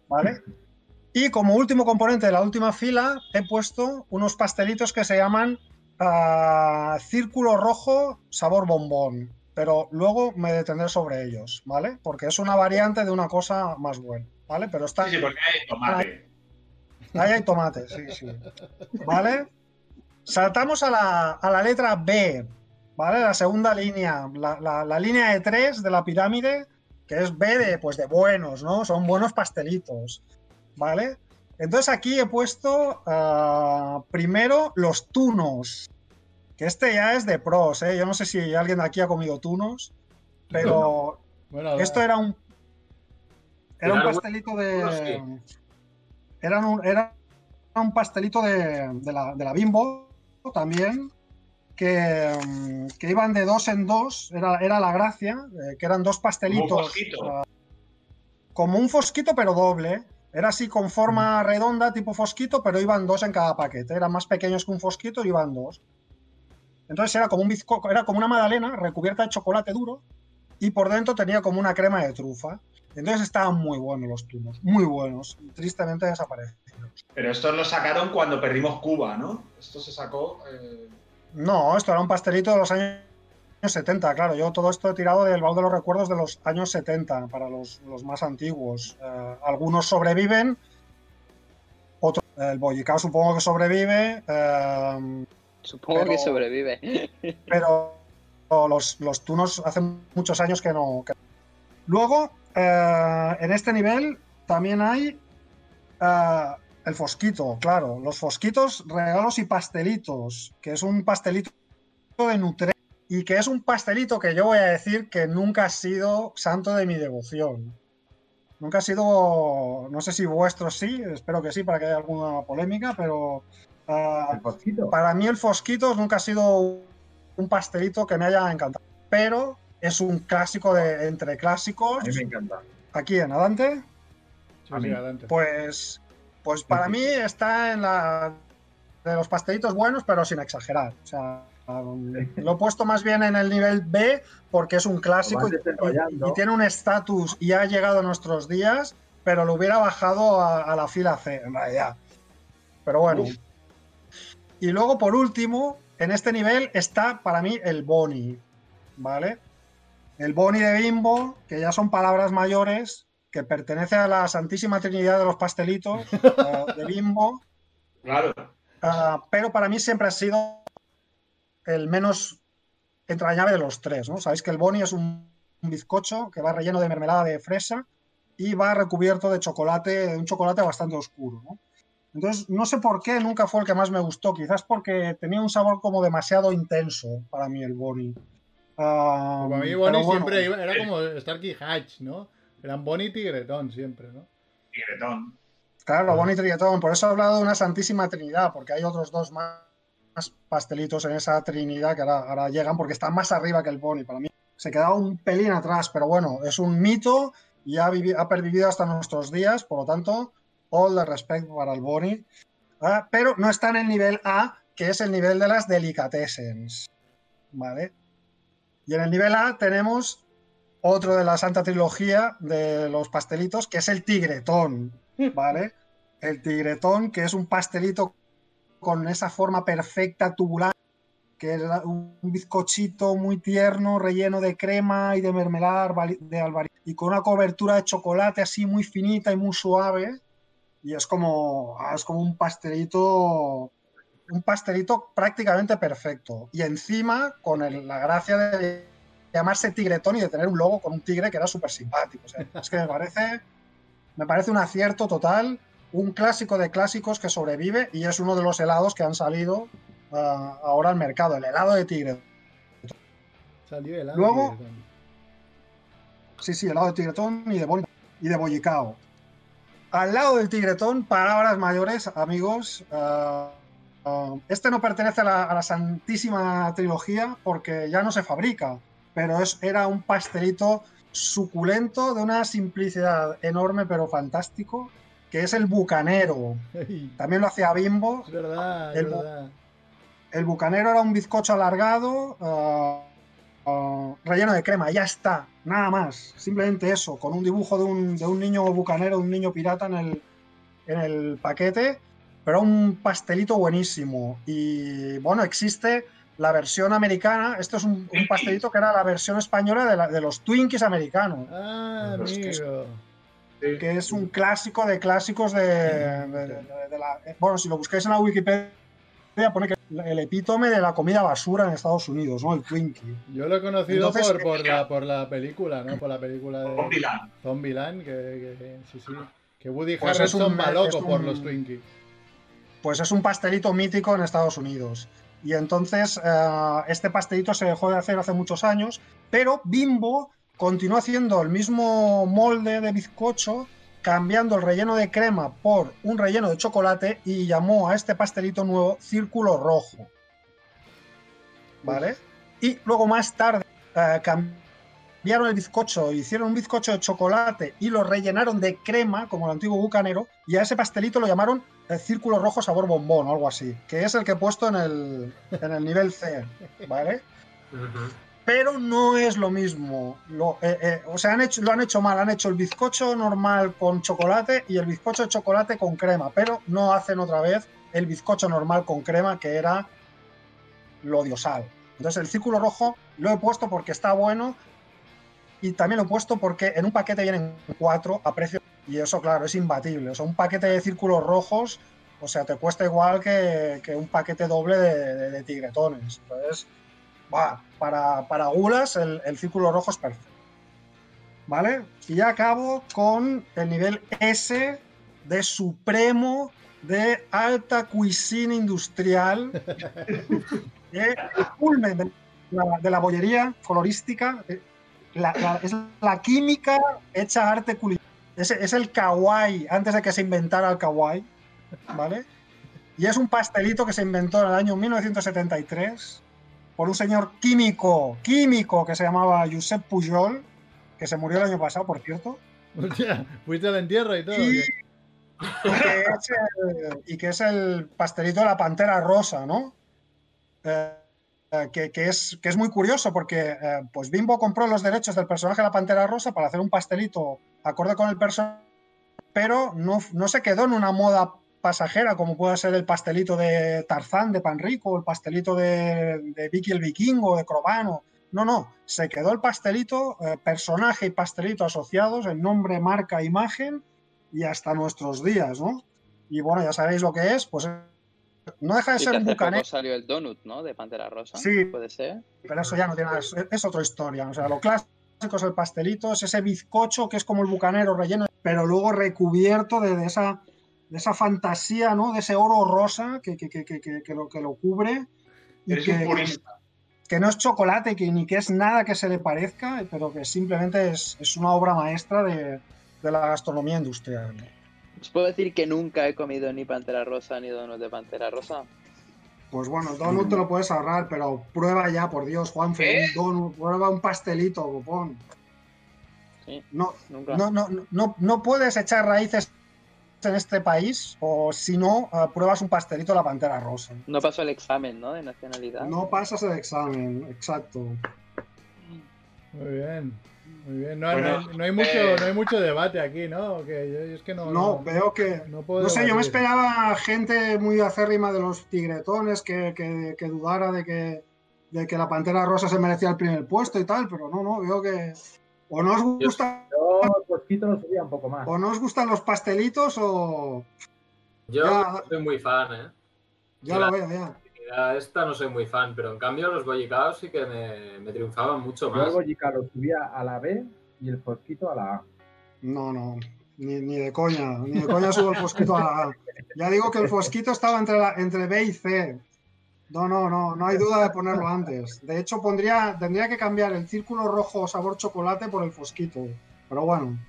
G: ¿Vale? Y como último componente de la última fila, he puesto unos pastelitos que se llaman ah, círculo rojo sabor bombón. Pero luego me detendré sobre ellos, ¿vale? Porque es una variante de una cosa más buena, ¿vale? Pero está,
C: Sí, sí, porque hay tomate.
G: Ahí hay tomate, sí, sí. ¿Vale? Saltamos a la, a la letra B, ¿vale? La segunda línea, la, la- la línea de tres de la pirámide, que es B de, pues de buenos, ¿no? Son buenos pastelitos, ¿vale? Entonces aquí he puesto ah, primero los tunos, que este ya es de pros, ¿eh? Yo no sé si alguien de aquí ha comido tunos, pero
B: Bueno,
G: esto era un. Era un
F: Era algo-
G: pastelito
F: no
G: de.
F: sé.
G: Era un, era un pastelito de, de la, de la Bimbo también. Que, mm, que iban de dos en dos, era, era la gracia, eh, que eran dos
C: Como un
G: pastelitos
C: mosquito.
G: como un fosquito pero doble. Era así con forma redonda, tipo fosquito, pero iban dos en cada paquete. Eran más pequeños que un fosquito y iban dos. Entonces era como, un bizco- era como una magdalena recubierta de chocolate duro y por dentro tenía como una crema de trufa. Entonces estaban muy buenos los tunos, muy buenos. Tristemente desaparecen.
C: Pero estos lo sacaron cuando perdimos Cuba, ¿no? Esto se sacó. eh,
G: No, esto era un pastelito de los años 70, claro. Yo todo esto he tirado del baúl de los recuerdos de los años 70 para los, los más antiguos. Eh, algunos sobreviven, otros. El Boyicao supongo que sobrevive, eh,
E: Supongo
G: Pero-
E: que sobrevive.
G: pero los, los tunos hace muchos años que no. que- Luego, eh, en este nivel también hay eh, el fosquito, claro. Los fosquitos, regalos y pastelitos, que es un pastelito de Nutre y que es un pastelito que yo voy a decir que nunca ha sido santo de mi devoción. Nunca ha sido, no sé si vuestro sí, espero que sí, para que haya alguna polémica, pero ah,
D: El fosquito.
G: para mí el Fosquitos nunca ha sido un pastelito que me haya encantado. Pero es un clásico de entre clásicos.
D: A mí me encanta.
G: Aquí en Adante,
B: Sí,
D: A
B: sí,
D: mí.
B: adelante.
G: pues, pues para mí está en la de los pastelitos buenos, pero sin exagerar. O sea, um, lo he puesto más bien en el nivel B porque es un clásico
D: Vas
G: y,
D: desarrollando.
G: y- y tiene un estatus y ha llegado a nuestros días, pero lo hubiera bajado a, a la fila C, en realidad. Pero bueno. Y luego, por último, en este nivel está para mí el Boni, ¿vale? El Boni de Bimbo, que ya son palabras mayores, que pertenece a la Santísima Trinidad de los Pastelitos, ah, de Bimbo.
C: Claro.
G: Ah, pero para mí siempre ha sido el menos entrañable de los tres, ¿no? Sabéis que el boni es un, un bizcocho que va relleno de mermelada de fresa y va recubierto de chocolate, de un chocolate bastante oscuro, ¿no? Entonces, no sé por qué nunca fue el que más me gustó, quizás porque tenía un sabor como demasiado intenso para mí el boni. Ah,
B: Para mí
G: pero
B: Bonnie
G: bueno,
B: siempre iba- era como Starkey Hatch, ¿no? Eran Bonnie y Tigretón siempre, ¿no?
C: Tigretón.
G: Claro, Bonnie Trietón. Por eso he hablado de una Santísima Trinidad, porque hay otros dos más, más pastelitos en esa Trinidad que ahora, ahora llegan, porque están más arriba que el Bonnie. Para mí se quedaba un pelín atrás, pero bueno, es un mito y ha, vivi- ha pervivido hasta nuestros días, por lo tanto, all the respect para el Bonnie. Ah, pero no está en el nivel A, que es el nivel de las delicatessens. ¿Vale? Y en el nivel A tenemos otro de la Santa Trilogía de los pastelitos, que es el tigretón. ¿vale? El tigretón, que es un pastelito con esa forma perfecta tubular, que es la- un bizcochito muy tierno, relleno de crema y de mermelada arbali- de albaricoque, y con una cobertura de chocolate así muy finita y muy suave. Y es como, ah, es como un pastelito, un pastelito prácticamente perfecto. Y encima, con el- la gracia de llamarse tigretón y de tener un logo con un tigre que era súper simpático. O sea, es que me parece me parece un acierto total, un clásico de clásicos que sobrevive y es uno de los helados que han salido ah, ahora al mercado, el helado de tigre.
B: Salió el
G: Luego- Sí, sí, helado de tigretón y de, boli- y de bollicao. Al lado del tigretón, palabras mayores, amigos. ah, ah, este no pertenece a la, a la Santísima Trilogía porque ya no se fabrica, pero es, era un pastelito suculento de una simplicidad enorme pero fantástico, que es el bucanero.
B: Es
G: También lo hacía Bimbo,
B: verdad, es
G: El-
B: verdad.
G: El bucanero era un bizcocho alargado, ah, ah, relleno de crema, ya está, nada más. Simplemente eso, con un dibujo de un, de un niño bucanero, de un niño pirata en el, en el paquete, pero un pastelito buenísimo. Y bueno, existe la versión americana, esto es un, un pastelito que era la versión española de, la- de los Twinkies americanos,
B: Ah,
G: Los que-
B: amigo.
C: Sí.
G: que es un clásico de clásicos de, de- de- de la... Bueno, si lo buscáis en la Wikipedia pone que el epítome de la comida basura en Estados Unidos, ¿no? El Twinkie.
B: Yo lo he conocido
G: Entonces, eh,
B: por, por, la, por la película, ¿no? Por la película de
C: Zombieland.
B: Zombieland, que, que, sí, sí. que Woody
G: Pues es
B: Harrelson
G: un-
B: va loco
G: es
B: por
G: un-
B: los Twinkies.
G: Pues es un pastelito mítico en Estados Unidos. Y entonces eh, este pastelito se dejó de hacer hace muchos años, pero Bimbo continuó haciendo el mismo molde de bizcocho, cambiando el relleno de crema por un relleno de chocolate y llamó a este pastelito nuevo Círculo Rojo. ¿Vale? Y luego más tarde eh, cambiaron el bizcocho, hicieron un bizcocho de chocolate y lo rellenaron de crema, como el antiguo bucanero, y a ese pastelito lo llamaron el círculo rojo sabor bombón o algo así, que es el que he puesto en el, en el nivel C, ¿vale?
F: Ujú.
G: Pero no es lo mismo. Lo, eh, eh, o sea, han hecho, lo han hecho mal, han hecho el bizcocho normal con chocolate y el bizcocho de chocolate con crema, pero no hacen otra vez el bizcocho normal con crema que era lo diosal. Entonces el círculo rojo lo he puesto porque está bueno y también lo he puesto porque en un paquete vienen cuatro a precio y eso claro es imbatible. O sea, un paquete de círculos rojos, o sea, te cuesta igual que, que un paquete doble de, de- de tigretones. Entonces, va, para, para gulas el, el círculo rojo es perfecto. ¿Vale? Y ya acabo con el nivel S de supremo de alta cuisine industrial. Eh, el culmen de la, de la bollería colorística. eh, la- la- es la química hecha arte culinario. Es, es el kawaii, antes de que se inventara el kawaii. ¿Vale? Y es un pastelito que se inventó en el año 1973 por un señor químico, químico que se llamaba Josep Pujol, que se murió el año pasado, por cierto.
B: Hostia, fuiste al entierro y todo.
G: Y,
B: ¿o qué?
G: y que es el, y que es el pastelito de la pantera rosa, ¿no? Eh, eh, que, que es, que es muy curioso porque eh, pues Bimbo compró los derechos del personaje de la pantera rosa para hacer un pastelito acorde con el personaje, pero no, no se quedó en una moda pasajera como puede ser el pastelito de Tarzán de Panrico, el pastelito de, de Vicky el Vikingo, de Crobano. No, no, se quedó el pastelito, eh, personaje y pastelito asociados, el nombre, marca, imagen y hasta nuestros días, ¿no? Y bueno, ya sabéis lo que es, pues eh, no deja de
E: Y que
G: ser un
E: hace poco
G: bucané,
E: salió el donut, ¿no? De Pantera Rosa.
G: Sí.
E: Puede ser.
G: pero eso ya no tiene nada, es, es otra historia. O sea, lo clásico es el pastelito, es ese bizcocho que es como el bucanero relleno, pero luego recubierto de, de esa, de esa fantasía, ¿no? De ese oro rosa que, que, que, que- que- que lo, que lo cubre. y
C: Eres
G: que-
C: un purista.
G: que no es chocolate, que ni que es nada que se le parezca, pero que simplemente es, es una obra maestra de, de la gastronomía industrial.
E: Os puedo decir que nunca he comido ni Pantera Rosa ni donut de Pantera Rosa.
G: Pues bueno, el donut te lo puedes ahorrar, pero prueba ya, por Dios, Juan,
E: ¿Eh?
G: un donut, prueba un pastelito, copón.
E: Sí.
G: No,
E: Nunca.
G: no, no, no, no puedes echar raíces en este país, o si no, eh, pruebas un pastelito a la pantera rosa.
E: No pasó el examen, ¿no? De nacionalidad.
G: No pasas el examen, exacto.
B: Muy bien. Muy bien. No,
C: Bueno,
B: no- no hay mucho,
C: eh.
B: no hay mucho debate aquí, ¿no? Que yo, yo es que no.
G: No, veo que
B: no puedo
G: No sé, yo me
B: debatir.
G: esperaba gente muy acérrima de los tigretones que, que- que dudara de que, de que la Pantera Rosa se merecía el primer puesto y tal, pero no, no, veo que o no os, gusta,
D: Yo el cosquito lo subía un poco más.
G: o no os gustan los pastelitos o...
F: Yo
G: Ya.
F: no soy muy fan, ¿eh?
G: Ya
F: Claro.
G: lo veo, ya.
F: Ya Esta no soy muy fan, pero en cambio los bollicaos sí que me, me triunfaban mucho
D: Yo el
C: pues.
F: más.
D: Boyica lo subía a la B y el cosquito a la A.
G: No, no, ni, ni de coña, ni de coña subo el fosquito a la A. Ya digo que el fosquito estaba entre, la- entre B y C. No, no, no, no hay duda de ponerlo antes. De hecho, pondría, tendría que cambiar el círculo rojo sabor chocolate por el fosquito. Pero bueno,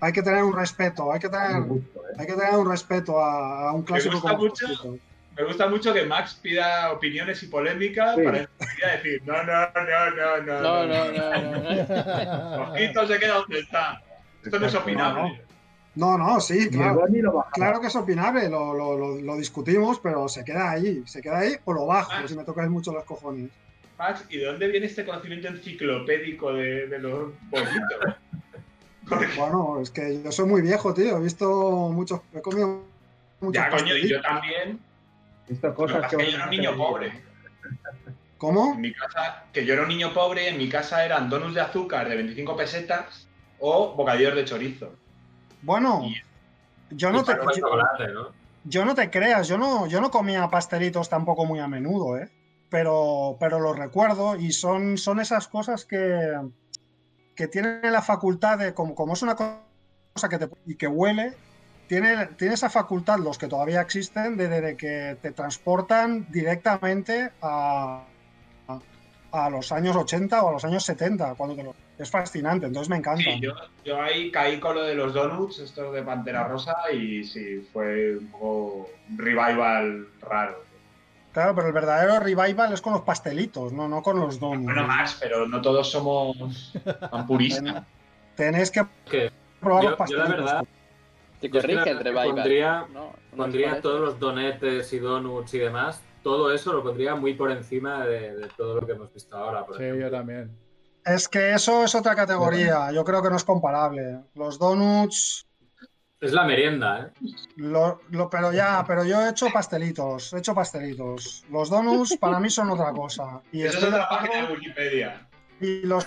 G: hay que tener un respeto, hay que
D: Me
G: tener,
D: gusta, ¿eh?
G: hay que tener un respeto a, a un clásico
C: gusta
G: como el
C: mucho.
G: fosquito.
C: Me gusta mucho que Max pida opiniones y polémica
D: Sí.
C: para decir, no, no, no, no, no.
E: No, no, no, no, no.
C: Ojito se queda donde está. Esto no es
D: Exacto.
C: opinable.
G: No, no, sí,
D: Y el
G: claro.
D: Bonnie lo bajaba.
G: Claro que es opinable, lo, lo- lo- lo discutimos, pero se queda ahí, se queda ahí o lo bajo,
C: Ah.
G: si me tocáis mucho los cojones.
C: Max, ¿y de dónde viene este conocimiento enciclopédico de, de los bollitos? Porque-
G: Bueno, es que yo soy muy viejo, tío. He visto muchos. He comido muchos.
C: ya, coño, y yo
G: pastelitos.
C: también.
D: He visto
C: Lo que
D: cosas
C: pasa es que yo era un niño pobre.
G: ¿Cómo?
C: En mi casa, que yo era un niño pobre, en mi casa eran donuts de azúcar de 25 pesetas o bocadillos de chorizo.
G: Bueno, yo no, te,
F: Triunfaban con
G: yo,
F: chocolate, ¿no?
G: yo no te creas, yo no, yo no comía pastelitos tampoco muy a menudo, ¿eh? Pero, pero los recuerdo y son, son esas cosas que, que tienen la facultad de, como, como es una cosa que te, y que huele, tiene, tiene esa facultad, los que todavía existen, de, de- de que te transportan directamente a, a, a los años 80 o a los años 70. Cuando te lo- es fascinante, entonces me encanta.
C: Sí, yo, yo ahí caí con lo de los donuts, estos de Pantera Rosa, y sí, fue un poco un revival raro.
G: Claro, pero el verdadero revival es con los pastelitos, no, no con los donuts.
C: Bueno, Max, pero no todos somos tan puristas.
G: Tenéis que
F: Que
G: probar
F: Yo, yo
G: los
F: la
G: pastelitos.
F: verdad
E: Te
F: Yo es que la
E: corrige
F: verdad
E: entre
F: que Pues eh, pondría-
E: No, no
F: pondría
E: parece.
F: todos los donetes y donuts y demás, todo eso lo pondría muy por encima de, de todo lo que hemos visto ahora. Por
B: Sí,
F: ejemplo.
B: yo también.
G: Es que eso es otra categoría, yo creo que no es comparable. Los donuts,
F: Es la merienda, ¿eh?
G: lo, lo- pero ya, pero yo he hecho pastelitos, he hecho pastelitos. Los donuts para mí son otra cosa. Y
C: Eso es
G: estoy de
C: otra
G: acuerdo-
C: página de Wikipedia.
G: Y, los,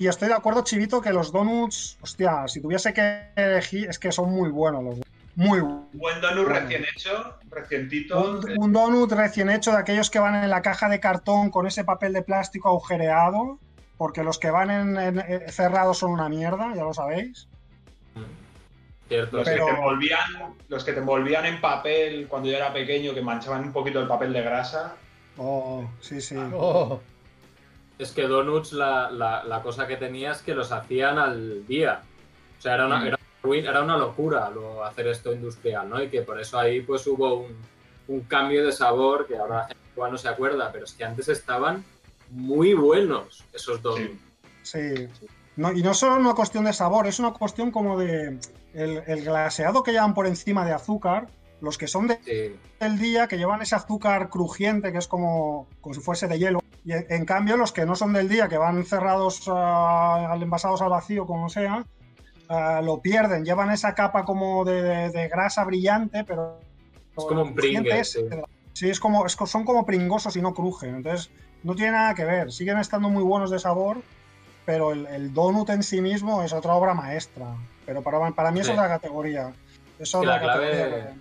G: y estoy de acuerdo, Chivito, que los donuts, hostia, si tuviese que elegir, es que son muy buenos los donuts. Muy buenos.
C: Un buen donut
G: Bueno.
C: recién hecho, recientito.
G: Un, un donut recién hecho de aquellos que van en la caja de cartón con ese papel de plástico agujereado, porque los que van en, en- eh, cerrados son una mierda, ya lo sabéis.
F: Cierto.
C: Los,
F: sí.
G: pero-
C: que te envolvían, los que te envolvían en papel cuando yo era pequeño, que manchaban un poquito el papel de grasa.
G: Oh, sí, sí.
D: Ah.
B: Oh,
F: Es que donuts la, la- la cosa que tenía es que los hacían al día. O sea, era una,
C: Mm.
F: era una ruin- era una locura lo, hacer esto industrial, ¿no? Y que por eso ahí pues hubo un, un cambio de sabor que ahora la gente igual no se acuerda, pero es que antes estaban muy buenos esos
G: Oh.
F: dos.
C: Sí.
G: Sí. No, y no solo una cuestión de sabor, es una cuestión como de el, el glaseado que llevan por encima de azúcar, los que son de-
F: Sí.
G: del día, que llevan ese azúcar crujiente, que es como, como si fuese de hielo. Y en, en cambio, los que no son del día, que van cerrados ah, al envasados al vacío, como sea, ah, lo pierden. Llevan esa capa como de, de- de grasa brillante, pero...
F: Es como un
G: crujiente
F: Pringle,
G: es-
F: sí.
G: Sí, es como, es co- son como pringosos y no crujen. Entonces, no tiene nada que ver. Siguen estando muy buenos de sabor, pero el, el donut en sí mismo es otra obra maestra. Pero para, para mí es
F: Sí.
G: otra categoría. Es
F: que
G: otra
F: la clave-
G: categoría.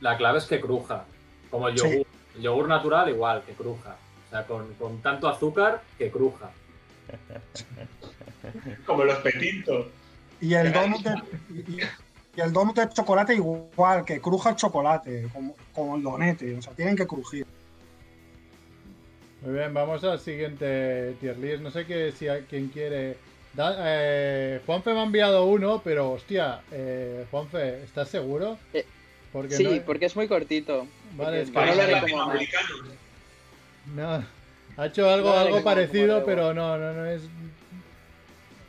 F: La clave es que cruja, como el
G: Sí.
F: yogur. El yogur natural igual, que cruja. O sea, con, con tanto azúcar que cruja.
C: Como los petitos.
G: Y el
C: Qué
G: donut de, y, y el donut de chocolate igual, que cruja el chocolate, como, como el donete. O sea, tienen que crujir.
B: Muy bien, vamos al siguiente tier list. No sé qué, si hay- quién quiere. Da- eh, Juanfe me ha enviado uno, pero hostia, eh, Juanfe, ¿estás seguro?
E: Eh,
B: Porque
E: Sí,
B: no-
E: porque es muy cortito.
B: Vale, es que
E: no
C: Países
E: lo haré como más.
C: latinoamericanos.
B: no- ha hecho algo,
E: No lo
B: algo
E: recomiendo,
B: parecido,
E: luego.
B: pero no, no, no es.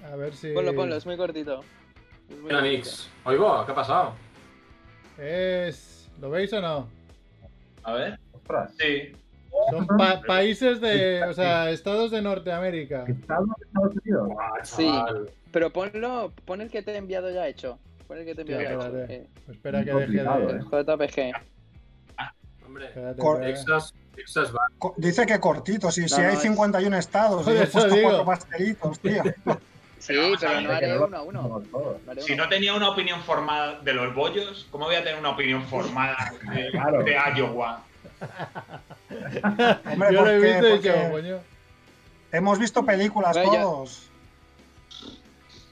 B: A ver si.
E: Ponlo, ponlo, es muy cortito. Es muy
F: Mira,
E: cortito.
F: Nix. Oigo, ¿qué ha pasado?
B: Es. ¿Lo veis o no?
C: A ver.
D: Ostras.
C: Sí.
B: Son pa- países de. O sea, estados de Norteamérica.
D: Estados Estados Unidos.
E: Ah, Sí.
F: Ah, chaval.
E: Pero ponlo, pon el que te he enviado ya hecho. Pon el que te he
B: Hostia,
E: enviado ya hecho.
B: espérate.
E: eh,
B: Espera que deje
D: Complicado,
B: de.
D: eh.
E: JPG.
F: Hombre,
B: Espérate,
G: Cor-
B: espera.
F: Texas, Texas va.
G: Co- Dice que cortito, si, si
E: no,
G: hay
E: es-
G: 51 estados, y
B: Joder,
G: yo he
B: eso
G: puesto
B: digo.
G: cuatro pastelitos, tío.
E: Sí,
C: vamos a
E: pero
C: ver,
E: no
D: ¿eh?
E: haré uno a uno.
D: Por todo.
E: No haré
C: Si
E: uno.
C: no tenía una opinión formada de los bollos, ¿cómo voy a tener una opinión formada de,
D: Claro.
C: de Iowa?
G: Hombre,
B: Yo lo he
G: ¿por qué?
B: visto y he
G: Porque-
B: dicho, coño.
G: Hemos visto películas
E: Bueno, ya-
G: todos.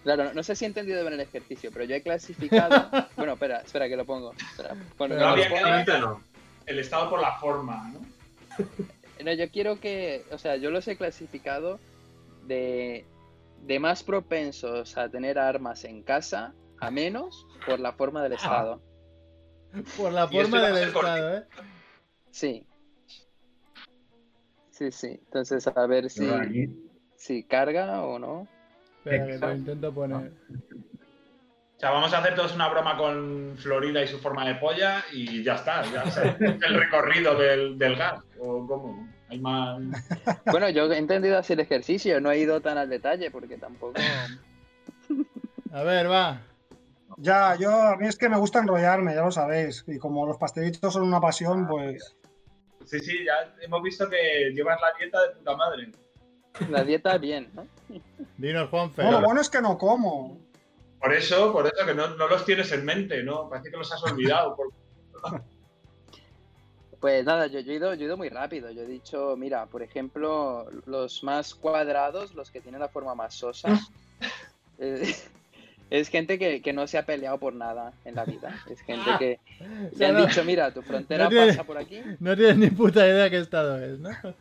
E: Claro, no, no sé si he entendido bien el ejercicio, pero yo he clasificado. bueno, espera, espera que lo pongo. Espera, bueno,
B: Pero
C: había
E: no, lo pongo.
C: que-
F: Claramente no.
C: El Estado por la forma, ¿no?
E: No, yo quiero que, o sea, yo los he clasificado de, de más propensos a tener armas en casa a menos por la forma del Estado.
B: Por la
C: Y este
B: forma
C: va a
B: del
C: ser cortito.
B: estado, ¿eh?
E: Sí. Sí, sí. Entonces, a ver si,
D: Pero aquí,
E: si carga o no.
B: Espera, que te lo
D: Exacto.
B: intento poner.
C: O sea, vamos a hacer todos una broma con Florida y su forma de polla y ya está. Ya sé. el recorrido del, del gas. ¿O cómo? Hay más.
E: Bueno, yo he entendido así el ejercicio, no he ido tan al detalle porque tampoco.
B: A ver, va.
G: Ya, yo a mí es que me gusta enrollarme, ya lo sabéis. Y como los pastelitos son una
B: Ah,
G: pasión, pues
C: Sí, sí, ya hemos visto que llevas la dieta de puta madre.
E: La dieta bien, ¿no?
B: Dinos, Juanfe.
G: no, lo bueno es que no como.
C: Por eso, por eso que no, no los tienes en mente, ¿no? Parece que los has olvidado. por-
E: Pues nada, yo, yo he ido, yo he ido muy rápido. Yo he dicho, mira, por ejemplo, los más cuadrados, los que tienen la forma más sosa,
B: Ah.
E: eh, es, gente que, que no se ha peleado por nada en la vida. Es gente que
B: O
E: le
B: sea,
E: han
B: no,
E: dicho, mira, tu frontera
B: no tiene-
E: pasa por aquí.
B: no tienes ni puta idea qué estado es, ¿no?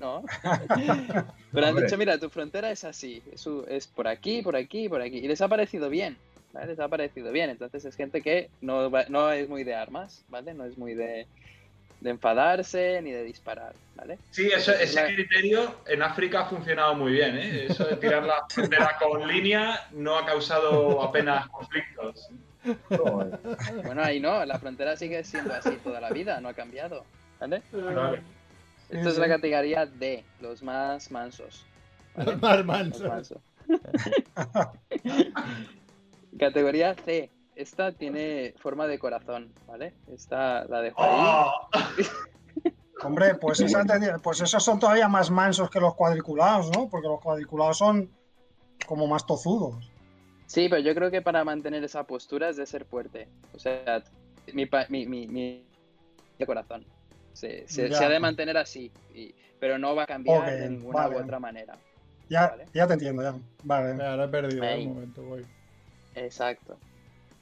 E: No. Pero han
D: Hombre.
E: dicho, mira, tu frontera es así, es, u- es por aquí, por aquí, por aquí. Y les ha parecido bien, ¿vale? Les ha parecido bien. Entonces es gente que no, va- no es muy de armas, ¿vale? No es muy de, de enfadarse ni de disparar, ¿vale?
C: Sí, eso, ese
E: Vale.
C: criterio en África ha funcionado muy bien, ¿eh? Eso de tirar la frontera con línea no ha causado apenas conflictos.
D: todo, eh.
E: Bueno, ahí no, la frontera sigue siendo así toda la vida, no ha cambiado, ¿vale? Esta es la categoría D, los más mansos. ¿vale?
B: Los más
E: Los
B: mansos.
E: mansos. categoría C, esta tiene forma de corazón, ¿vale? Esta la dejo ahí.
C: ¡Oh!
G: Hombre, pues, esa te- pues esos son todavía más mansos que los cuadriculados, ¿no? Porque los cuadriculados son como más tozudos.
E: Sí, pero yo creo que para mantener esa postura es de ser fuerte. O sea, mi, pa- mi, mi, mi- de corazón. Se, se,
G: Ya.
E: se ha de mantener así, y- pero no va a cambiar de
G: Ok,
E: ninguna
G: vale.
E: u otra manera.
G: Ya,
E: Vale.
G: ya te entiendo, ya. Vale.
B: Claro, he perdido ¿eh?
E: Ahí.
B: un momento, voy.
E: Exacto.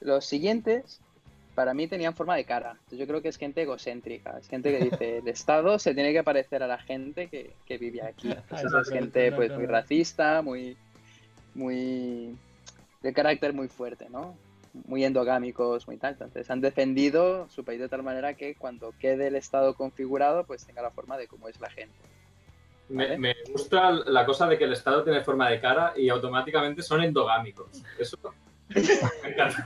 E: Los siguientes, para mí, tenían forma de cara. Yo creo que es gente egocéntrica. Es gente que dice, el Estado se tiene que parecer a la gente que, que vive aquí.
B: Ay,
E: Entonces
B: no,
E: es
B: pero
E: gente
B: no,
E: pues
B: no,
E: muy
B: no.
E: racista, muy, muy de carácter muy fuerte, ¿no? muy endogámicos, muy tal. Entonces han defendido su país de tal manera que cuando quede el Estado configurado, pues tenga la forma de cómo es la gente.
F: Me,
E: Vale.
F: me gusta la cosa de que el Estado tiene forma de cara y automáticamente son endogámicos. Eso me encanta.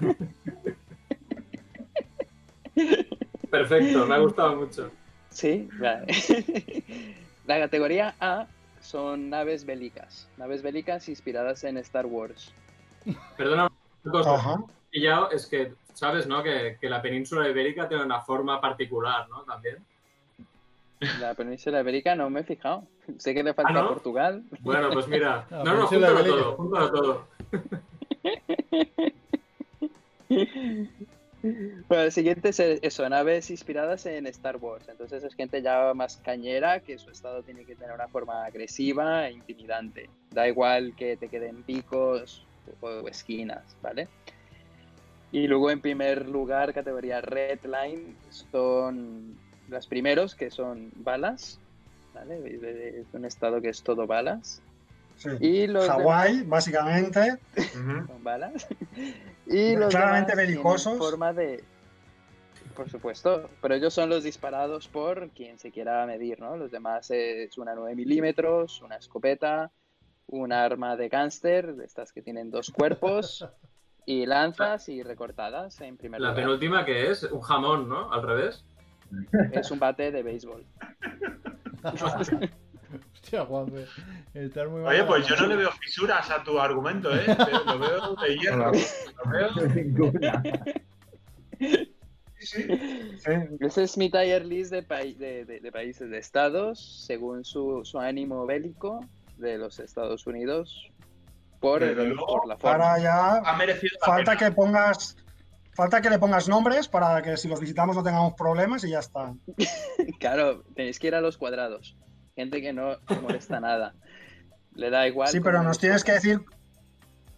F: Perfecto, me ha gustado mucho.
E: Sí, vale. La categoría A son naves bélicas. Naves bélicas inspiradas en Star Wars.
F: Perdona una cosa.
G: Ajá.
F: Y ya es que, ¿sabes, no? Que, que la península ibérica tiene una forma particular, ¿no? También.
E: La península ibérica no me he fijado. Sé que le falta
F: ¿Ah, no?
E: Portugal.
F: Bueno, pues mira.
B: La
F: No, no,
B: península
F: júntalo
B: ibérica.
F: todo, júntalo todo.
E: Pero el siguiente es el- eso, naves inspiradas en Star Wars. Entonces es gente ya más cañera, que su estado tiene que tener una forma agresiva e intimidante. Da igual que te queden picos o, o esquinas, ¿vale? Y luego en primer lugar, categoría Red Line, son los primeros, que son balas, ¿vale? Es un estado que es todo balas.
G: Sí.
E: Y los demás-
G: Hawái, básicamente.
C: Ujú.
E: con balas. Y los
G: Claramente
E: demás tienen
G: belicosos.
E: forma de. Por supuesto, pero ellos son los disparados por quien se quiera medir, ¿no? Los demás es una 9 milímetros, una escopeta, un arma de gángster, de estas que tienen dos cuerpos, y lanzas y recortadas en primer
F: La
E: lugar.
F: penúltima que es un jamón, ¿no? Al revés.
E: Es un bate de béisbol.
B: Hostia, Juanfe. Estás muy
C: Oye,
B: mal.
C: pues yo no le veo fisuras a tu argumento, ¿eh? Te- Lo veo de hierro. Lo veo.
D: Ninguna.
C: Sí.
G: Sí.
E: Ese es mi tier list de, pai- de- de- de países, de estados, según su, su ánimo bélico de los Estados Unidos, por,
C: Desde luego,
E: por la forma.
G: Ahora ya
C: Ha merecido la
G: falta
C: pena.
G: que pongas falta que le pongas nombres para que si los visitamos no tengamos problemas y ya está.
E: Claro, tenéis que ir a los cuadrados. Gente que no te molesta nada. Le da igual.
G: Sí, pero
E: cómo-
G: nos tienes que decir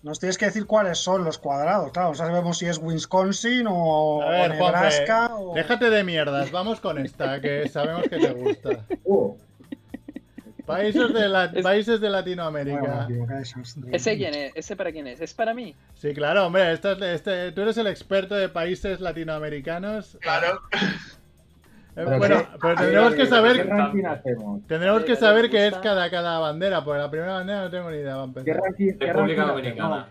G: nos tienes que decir cuáles son los cuadrados, claro, no sabemos si es Wisconsin o,
B: A ver,
G: o
B: Juanfe,
G: Nebraska o-
B: Déjate de mierdas, vamos con esta, que sabemos que te gusta.
D: Uh,
B: Países de, la-
E: Es-
B: países de
G: Bueno,
B: Latinoamérica.
G: tío, qué desastre.
E: ¿Ese quién es? ¿Ese para quién es? ¿Es para mí?
B: Sí, claro, hombre, esta es- este- tú eres el experto de países latinoamericanos.
C: Claro.
B: Eh,
D: Pero
B: bueno,
D: qué-
B: pero tendremos
F: eh,
B: que
D: ¿Qué
B: saber,
D: ranking hacemos?
B: tendremos que
E: ¿les
B: saber qué es
E: gusta?
B: cada, cada bandera, porque la primera bandera no tengo ni idea. va a
D: ¿Qué
B: empezar.
D: ranking, qué ranking
F: República
D: hacemos?
F: Dominicana.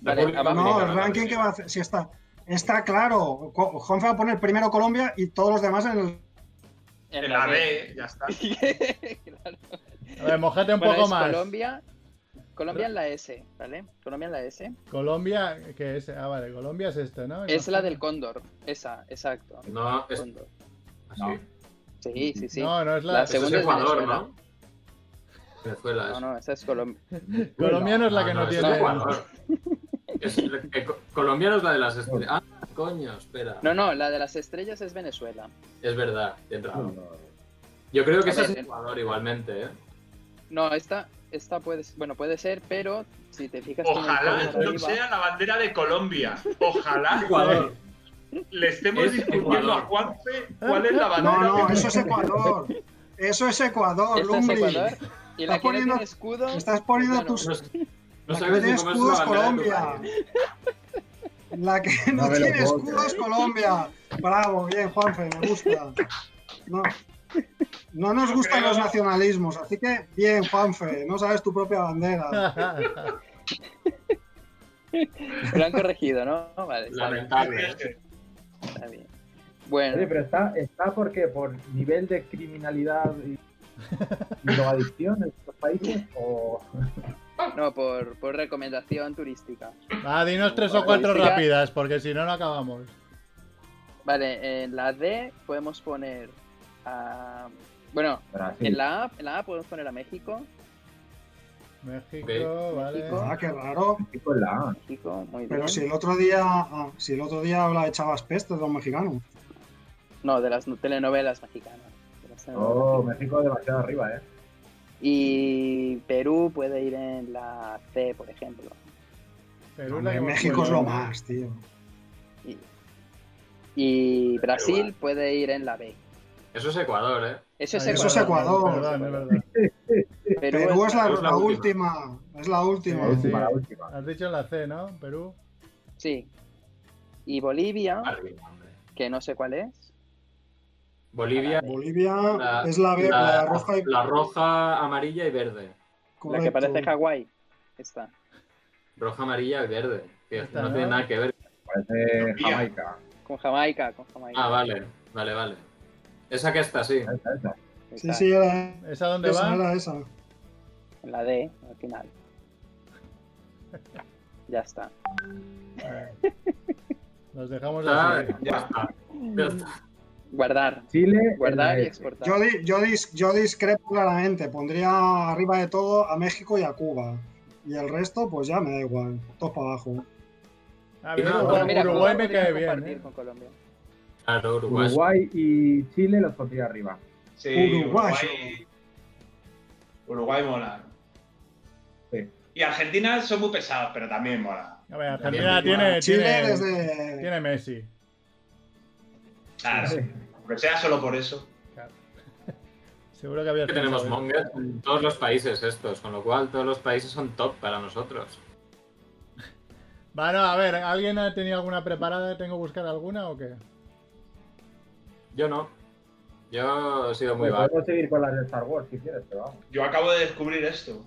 E: Vale,
F: República
E: abajo.
G: No,
F: Dominicana,
G: el ranking que va a hacer, si está está claro, Co- Juanfe va a poner primero Colombia y todos los demás en el
E: En
C: En la B, ya está.
E: Claro.
B: A ver, mojate un
E: Bueno,
B: poco
E: es
B: más.
E: Colombia. Colombia en la S, ¿vale? Colombia en la S.
B: Colombia, que es, ah, vale, Colombia es esta, ¿no?
E: Es la del cóndor. Esa, exacto.
F: No, es
E: Cóndor.
F: así.
D: No.
E: Sí, sí, sí.
B: No, no es la,
E: La
F: Eso es
E: segunda es
F: Ecuador,
E: Venezuela.
F: ¿no? Venezuela es.
E: No, no, esa es Colombia.
B: Colombia no es
G: Ah,
B: la que no,
F: es
B: tiene.
F: Ecuador. Es la- eh, co- Colombia no es la de las estrellas. Ah, coño, espera.
E: No, no, la de las estrellas es Venezuela.
F: Es verdad, tienes
D: No,
F: razón. Yo creo que
E: A
F: esa es
E: ver,
F: Ecuador igualmente, ¿eh?
E: No, esta, esta puede, bueno, puede ser, pero si te fijas en el
C: Ojalá
E: cóndor
C: no
E: arriba-
C: sea la bandera de Colombia. Ojalá
G: ¿eh?
F: Ecuador.
C: le estemos
F: Es
C: discutiendo a
F: Ecuador.
C: Juanfe cuál es la bandera.
G: No, no,
C: de-
G: eso es Ecuador. Eso es
E: Esta
G: Ecuador,
E: es
G: Lumbri.
E: Ecuador. Y la
G: Estás
E: que no
G: poniendo-
E: tiene escudo.
G: Estás poniendo
E: Bueno,
G: tus
F: No, no
G: La que
F: sabes ni
G: tiene
F: cómo es
G: escudo
F: la
G: es
F: bandera de tu
G: Colombia.
F: país.
G: La que no,
D: No me lo
G: tiene
D: puedo
G: escudo es Colombia. Bravo, bien, Juanfe, me gusta. No, no nos gustan los nacionalismos, así que bien, Juanfe, no sabes tu propia bandera.
E: Lo han corregido, ¿no? Vale, está bien,
F: Lamentable. ¿eh?
E: está bien.
D: Oye,
E: Bueno,
D: pero está, está porque por nivel de criminalidad y, y drogadicción en estos países o
E: no, por, por recomendación turística.
B: Ah, dinos tres o cuatro rápidas, porque si no, no acabamos.
E: Vale, en la D podemos poner a. Bueno, en
D: Brasil.
E: la A, en la A podemos poner a México.
B: México,
F: Ok.
B: vale.
E: México.
G: Ah, qué raro.
D: Tipo en la
E: Ah,
D: A.
E: México, muy bien.
G: Pero si el otro día, ah, si el otro día la echabas peste de los mexicanos.
E: No, de las no- telenovelas mexicanas. De las telenovelas
D: Oh,
E: mexicanas.
D: México demasiado arriba, ¿eh?
E: Y Perú puede ir en la C, por ejemplo.
B: Perú,
G: Hombre,
B: la que hemos
G: México es lo
B: puesto.
G: más, tío.
E: Y, y
B: eh.
E: Brasil puede ir en la B.
F: Eso es Ecuador, ¿eh?
E: Eso es
B: Ahí,
G: Eso es
E: Ecuador.
G: Ecuador.
B: Perdón, es verdad.
E: Perú,
G: Perú es la,
F: Perú es la
G: la última. es la última.
D: La
B: Sí.
D: última, la última.
B: Has dicho la C, ¿no? Perú.
E: Sí, Y Bolivia,
F: Arriba, hombre.
E: que no sé cuál es.
F: Bolivia
G: Bolivia es la, ver- la roja y
F: la roja, amarilla y verde.
E: La que
G: correcto.
E: parece Hawái. Está.
F: Roja, amarilla y verde. Que
B: Esta,
F: no
B: ¿no?
F: tiene nada que ver.
D: Parece
C: Turquía.
D: Jamaica.
E: Con Jamaica, con Jamaica.
F: Ah, vale, vale, vale. Esa que está, sí.
D: Esa, esa.
G: Sí,
E: Está
G: sí, era
B: ¿Esa dónde
G: esa.
B: va?
G: Era esa.
E: En la D, al final. Ya está.
B: Nos dejamos
G: Ah,
F: Está-
B: así.
F: ya está. Ya está.
E: Guardar.
D: Chile. eh,
E: Guardar y
D: el-
E: exportar.
G: Yo, di- yo, dis- yo discrepo claramente. Pondría arriba de todo a México y a Cuba. Y el resto, pues ya me da igual. Todos para abajo.
B: Ah, mira,
F: No,
B: Uruguay,
E: mira,
B: Uruguay me
E: podría
B: cae bien.
E: compartir
B: ¿eh?
E: con Colombia.
F: Claro, Uruguay.
D: Uruguay y Chile los pondría arriba.
C: Sí,
G: Uruguayo.
C: Uruguay. Uruguay mola.
D: Sí.
C: Y Argentina son muy pesados, pero también mola.
B: A ver, Argentina
F: Bien,
B: Eh, tiene,
G: Chile
B: tiene,
G: desde.
B: tiene Messi.
C: Claro. Aunque sea solo por eso.
B: Seguro que había.
F: Que tenemos mongers en todos los países estos, con lo cual todos los países son top para nosotros.
B: Bueno, a ver, ¿alguien ha tenido alguna preparada? ¿Tengo que buscar alguna o qué?
F: Yo no. Yo he sido muy
D: Pues
F: vago.
D: podemos seguir con las de Star Wars si quieres, pero vamos.
C: Yo acabo de descubrir esto.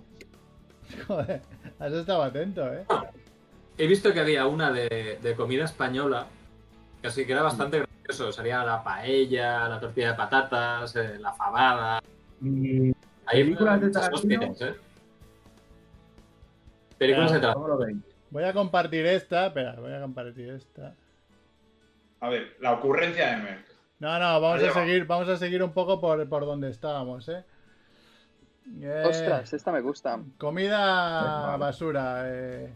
B: Joder, has estado atento, ¿eh?
F: He visto que había una de, de comida española, que así que era bastante
D: Mm.
F: gracioso. Sería la paella, la tortilla de patatas, eh, la fabada.
D: Mi-
F: Hay
D: Mm, Películas de
F: muchas
D: Tarantino.
F: hostias, ¿eh? Películas de Tarantino.
D: ¿Cómo lo veis?
B: Voy a compartir esta. Espera, voy a compartir esta.
C: A ver, la ocurrencia de Merck.
B: No, no, vamos a
C: Arriba.
B: seguir, vamos a seguir un poco por, por donde estábamos, ¿eh? Eh,
E: Ostras, esta me gusta.
B: Comida
D: Vale.
B: basura, eh.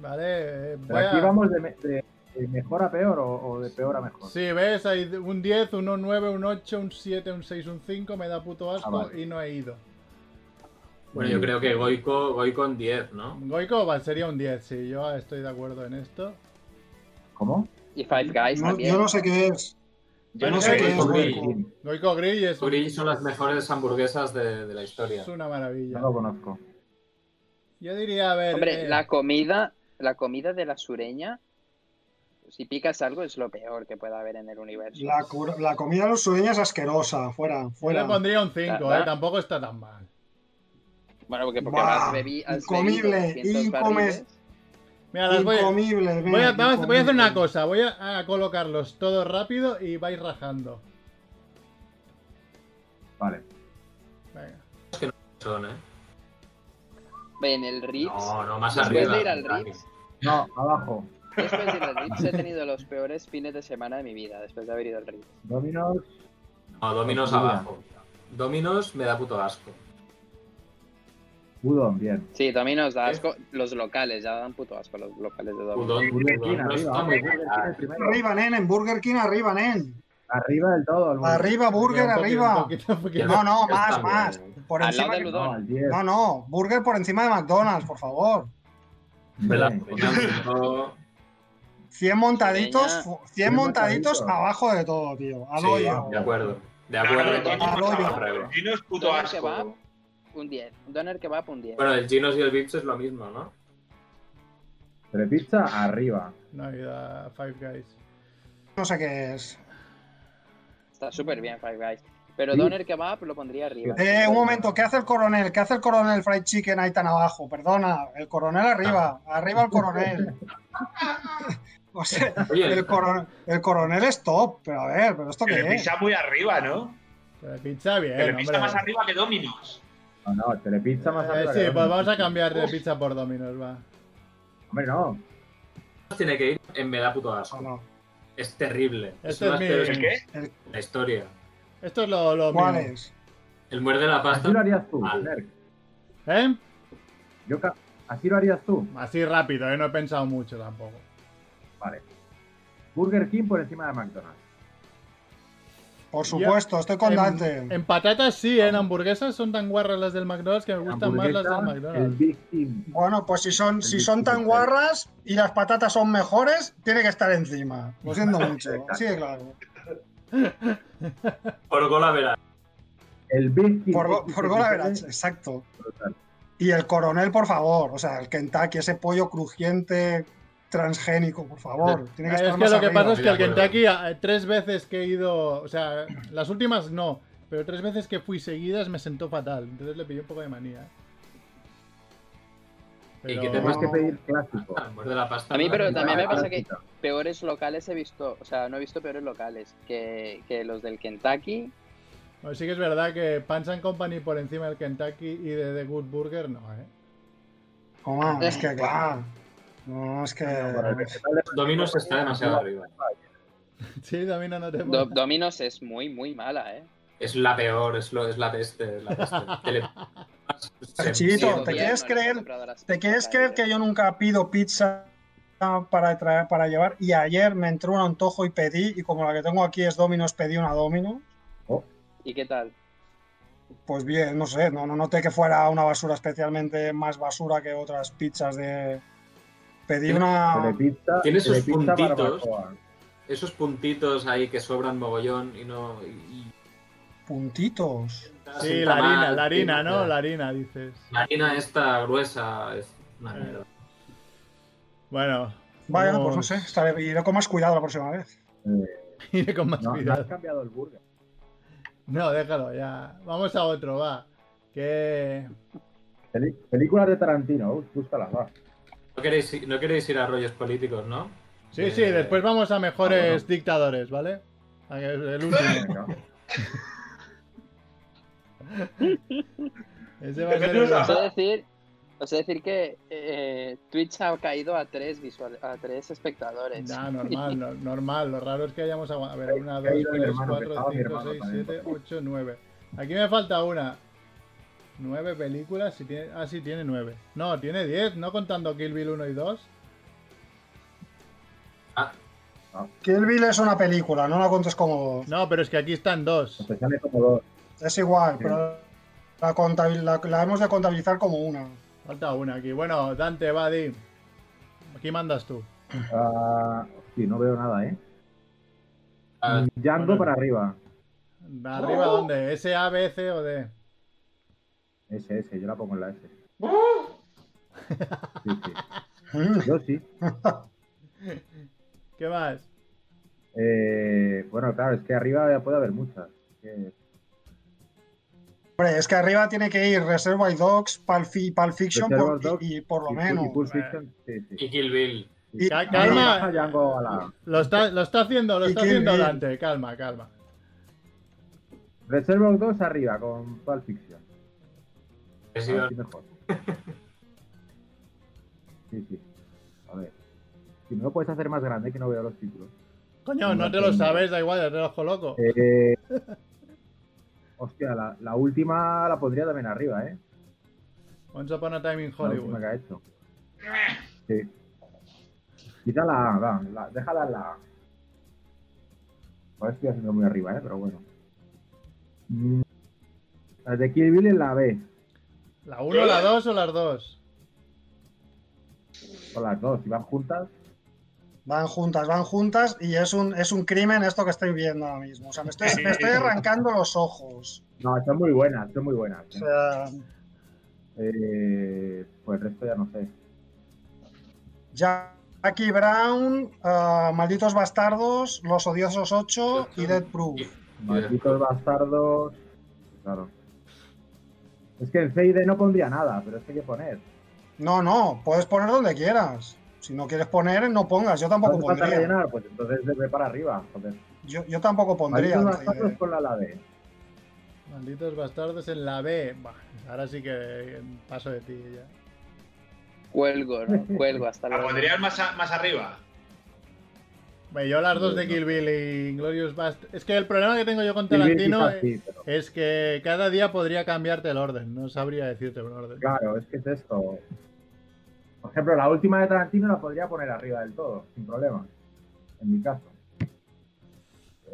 B: Vale, eh, voy
D: Pero Pues aquí
B: a-
D: vamos de, me- de- de mejor a peor o, o de peor a mejor.
B: Sí, ves, hay un 10, un 9, un 8, un 7, un 6, un 5, me da puto asco
D: Ah, vale.
B: y no he ido.
F: Bueno, yo creo que Goico, Goico en 10, ¿no?
B: Goico va- sería un 10, sí, yo estoy de acuerdo en esto.
D: ¿Cómo?
E: Y Five Guys
G: No,
E: también.
G: yo no sé qué es.
C: Yo
G: no
C: no
G: sé
C: sé
G: qué es,
F: Goico
G: Goico.
F: Grill.
B: Goico Grill es,
F: Goico Grill son las mejores hamburguesas de, de la historia.
B: es una
D: No
B: maravilla.
D: lo conozco.
B: Yo diría, a ver,
E: Hombre,
B: eh,
E: la comida, la comida de la sureña, si picas algo es lo peor que pueda haber en el universo.
G: La, cur- la comida de los sureños es asquerosa. Fuera,
B: yo le
G: fuera.
B: pondría un 5,
E: ¿Verdad?
B: eh, tampoco está tan mal.
E: Bueno, porque, porque
G: Buah,
E: has, bebi- has
G: incomible,
E: bebido 200
G: incomes-
E: barriles.
B: Mira, las voy, a-
G: Incomible,
B: Voy a,
G: ven,
B: vamos- voy a hacer una
G: incomible.
B: cosa, voy a, a colocarlos todos rápido y vais rajando.
D: Vale.
B: Venga.
F: Son, ¿eh?
E: En el Ritz,
F: No, no, más
E: Después
F: arriba.
E: de ir al Ritz.
D: No, abajo.
E: después de ir al Ritz he tenido los peores fines de semana de mi vida, después de haber ido al Ritz.
D: Dominos.
F: No, Dominos
D: Mira.
F: abajo. Dominos me da puto asco.
D: Udon, bien.
E: Sí, también nos da asco los locales, ya dan puto asco los locales de Domino's.
F: Udon,
D: Burger King
F: Udon no
D: arriba.
F: está
D: vamos,
F: muy
D: Burger King
F: mal.
D: el primero.
G: Arriba, nen, en Burger King, arriba, nen.
D: Arriba del todo. el Burger.
G: Arriba, Burger,
B: Un poquito, un
G: arriba.
B: poquito, un poquito.
G: No, no,
F: Ya
G: más,
F: está bien.
G: más. Por
E: Al lado
G: encima.
E: del Udon.
D: No, al 10.
G: No, no, Burger por encima de McDonald's, por favor.
F: Me la
D: Bien,
F: ponían cinco.
G: 100 montaditos,
E: Sureña.
G: fu- 100
D: 100
G: montaditos
D: montaditos.
G: abajo de todo, tío. Al
B: Ah,
F: Sí,
G: hoyo.
F: de acuerdo. De
C: Claro,
F: acuerdo.
C: el
F: con-
G: Arroyo.
F: con Rebo.
C: Gino es puto
E: Doner kebab,
C: asco.
E: un 10. Un doner kebab, un 10.
F: Bueno, el Ginos y el Vips es lo mismo, ¿no?
D: Pero pizza, arriba.
B: No he ido a Five Guys.
G: No sé qué es.
E: Está súper bien Five Guys. Pero
D: Sí.
E: doner kebab lo pondría arriba.
G: Eh, un momento, ¿qué hace el coronel? ¿Qué hace el coronel Fried Chicken ahí tan abajo? Perdona, el coronel arriba. Arriba el coronel. O sea,
F: Oye,
G: el, coron- el coronel es top, pero a ver, ¿pero esto
C: Que le
G: qué es?
C: pisa muy arriba, ¿no?
B: Pero pizza bien,
C: Que le pisa
B: hombre.
C: más arriba que Dominos.
D: No, no, telepizza más
B: Eh,
D: arriba.
B: sí,
D: que
B: pues
D: Domino's.
B: vamos a cambiar de pizza por Domino's, va.
D: Hombre, no.
F: tiene que ir en me da puto asco.
G: No, no.
F: Es terrible.
B: Este es mi-
F: asquerosa
C: ¿El qué?
F: la historia.
B: Esto es lo, lo
G: ¿Cuál
B: mismo.
G: es?
F: El muerde la
D: Así lo
F: pasta.
D: harías tú,
F: Mal.
D: Merck.
B: ¿Eh?
D: Yo ca- Así lo harías tú.
B: Así rápido, ¿eh? No he pensado mucho tampoco.
D: Vale. Burger King por encima de McDonald's.
G: Por supuesto, estoy con
B: En,
G: Dante.
B: Em, en patatas sí, ¿eh? en hamburguesas son tan guarras las del McDonald's que me gustan más las del
D: Hamburguesa, El
B: McDonald's.
D: Big Team.
G: Bueno, pues si son, si son tan guarras y las patatas son mejores, tiene que estar encima. Lo siento mucho. Sí, claro.
F: Por gol a verás.
D: El Big Team.
G: Por, go- por gol average, exacto. Y el coronel, por favor. O sea, el Kentucky, ese pollo crujiente transgénico, por favor. Tiene que
B: es
G: estar
B: que
G: más
B: lo que
G: arriba.
B: pasa es que al
F: Estoy de
D: pues.
B: Kentucky, a- tres veces que he ido, o sea, las últimas no, pero tres veces que fui seguidas me sentó fatal, entonces le pillé un poco de manía.
F: Y
B: Pero-
F: que
D: Tenemos que pedir clásico.
F: Después de la pasta. Ah,
E: A mí, pero también me pasa que
D: Clásico.
E: peores locales he visto, o sea, no he visto peores locales que, que los del Kentucky.
B: Bueno, sí que es verdad que Pants and Company por encima del Kentucky y de The Good Burger no, ¿eh?
G: Toma, es que claro. No, es que.
D: Para el vegetal
F: Dominos está demasiado arriba.
B: Sí, también no te
E: Do- Domino's es muy, muy mala, ¿eh?
F: Es la peor, es, lo, es la peste. es la peste. Que le- se-
G: Chito,
F: se-
G: ¿te quieres creer- ¿Te quieres creer que yo nunca pido pizza para, traer, para llevar? Y ayer me entró un antojo y pedí, y como la que tengo aquí es Domino's, pedí una Domino.
E: ¿Y qué tal?
G: Pues bien, no sé, no, no noté que fuera una basura especialmente más basura que otras pizzas de... Pedí una...
D: telepizza-
F: Tiene sus
D: telepizza
F: puntitos.
D: barbacoa.
F: Esos puntitos ahí que sobran mogollón y no. y-
G: puntitos.
F: y-
B: Sí, la harina,
F: mal,
B: la harina,
F: sí,
B: ¿no? La harina, dices.
F: La harina esta gruesa es una mierda.
B: Bueno.
G: Vaya,
B: vamos-
G: pues no sé, estaré, iré con más cuidado la próxima vez.
D: Eh,
B: Iré con más
D: no, no has
B: cuidado.
D: cambiado el burger.
B: No, déjalo ya. Vamos a otro, va. Que...
D: Peli- películas de Tarantino, uh, búscalas, va.
F: No queréis, ir- no queréis ir a rollos políticos, ¿no?
B: Sí, sí,
F: Eh,
B: después vamos a mejores
F: ah, bueno.
B: dictadores, ¿vale? A que- El último.
D: Venga.
B: Ese va a ser
C: Pero
B: el-
C: no
E: Os he de decir, os he de decir que eh, Twitch ha caído a tres, visual, a tres espectadores.
B: Nah, normal, no- normal. Lo raro es que hayamos aguantado. A ver,
D: Ahí-
B: 1,
D: ahí
B: 2,
D: iba mi
B: 3,
D: hermano, que
B: 4,
D: estaba mi
B: 5,
D: hermano
B: 6,
D: también.
B: 7, 8, 9. Aquí me falta una. Nueve películas. Si tiene... Ah, sí, tiene nueve. No, tiene diez, no contando Kill Bill 1 y 2.
G: Kill Bill es una película, no la contes como...
B: No, pero es que aquí están dos.
D: Te sale como dos.
G: Es igual,
D: Sí.
G: pero la, contabil- la- la hemos de contabilizar como una.
B: Falta una aquí. Bueno, Dante, Buddy. Aquí mandas tú.
D: Ah, sí, no veo nada, ¿eh?
F: Ah,
D: Django
B: bueno.
D: para arriba.
B: ¿Arriba
D: Oh.
B: dónde? ¿S, A, B, C o D?
D: S, S, yo la pongo en la S. Sí, sí.
G: Mm,
D: Yo sí.
B: ¿Qué más?
D: Eh, bueno, claro, es que arriba puede haber muchas. Eh, Que-
G: Hombre, es que arriba tiene que ir Reservoir Dogs, Pulp, Fi- Pulp Fiction
D: Reservoir
G: por-
D: Dogs
G: y, y por lo
D: y Pul-
G: menos.
D: y Pulp Fiction, sí, sí.
F: y Kill Bill.
G: Y-
B: Ca-
D: Ahí
B: calma.
D: baja Django a la-
B: Lo está, lo está haciendo, lo
G: Y
B: está
G: Kill
B: haciendo
G: Bill.
B: Dante. Calma, calma.
D: Reservoir 2 arriba con Pulp Fiction.
F: Es
B: Ah,
D: A ver si
F: igual.
D: mejor. Sí, sí. A ver. Si me lo puedes hacer más grande que no veo los títulos.
B: Coño, no
D: No
B: te lo
D: tengo.
B: sabes, da igual, ya te los coloco.
D: Eh, hostia, la, la última la pondría también arriba, ¿eh?
B: Once Upon a Time in
D: La última
B: Hollywood.
D: que ha hecho. Sí. Quita la A, va, la- déjala en la A. Ahora estoy haciendo muy arriba, ¿eh? Pero bueno. Mm, Las de Kill Bill en la B,
B: ¿La 1,
D: Eh.
B: la 2 o las 2?
D: o las dos, si van juntas.
G: Van juntas, van juntas y es un, es un crimen esto que estoy viendo ahora mismo. O sea, me estoy, me estoy arrancando los ojos.
D: No, son muy buenas, son muy buenas.
G: O sea,
D: Eh, pues el resto ya no sé.
G: Jackie Brown, ah, Malditos Bastardos, Los Odiosos 8 y Dead Proof.
D: Malditos bastardos. Claro. Es que en C y D no pondría nada, pero es que hay que poner.
G: No, no, puedes poner donde quieras. Si no quieres poner, no pongas. Yo tampoco
D: ¿Hace falta
G: pondría.
D: rellenar? Pues entonces de B para arriba. Joder.
G: Yo, yo tampoco pondría. eh,
D: Malditos
G: antes de-
D: bastardos con la, la B.
B: Malditos bastardos en la B. Bah, ahora sí que eh, paso de ti ya.
E: Cuelgo, ¿no? Cuelgo hasta
C: ¿La
E: luego.
C: pondrías más, a- más arriba?
B: Bueno, yo las dos de
D: Bueno.
B: Kill Bill y Glorious Bastards. Es que el problema que tengo yo con
D: Kill Bill
B: Tarantino
D: quizás sí, pero-
B: es que cada día podría cambiarte el orden. No sabría decirte un orden.
D: Claro, es que es esto. Por ejemplo, la última de Tarantino la podría poner arriba del todo, sin problema. En mi caso.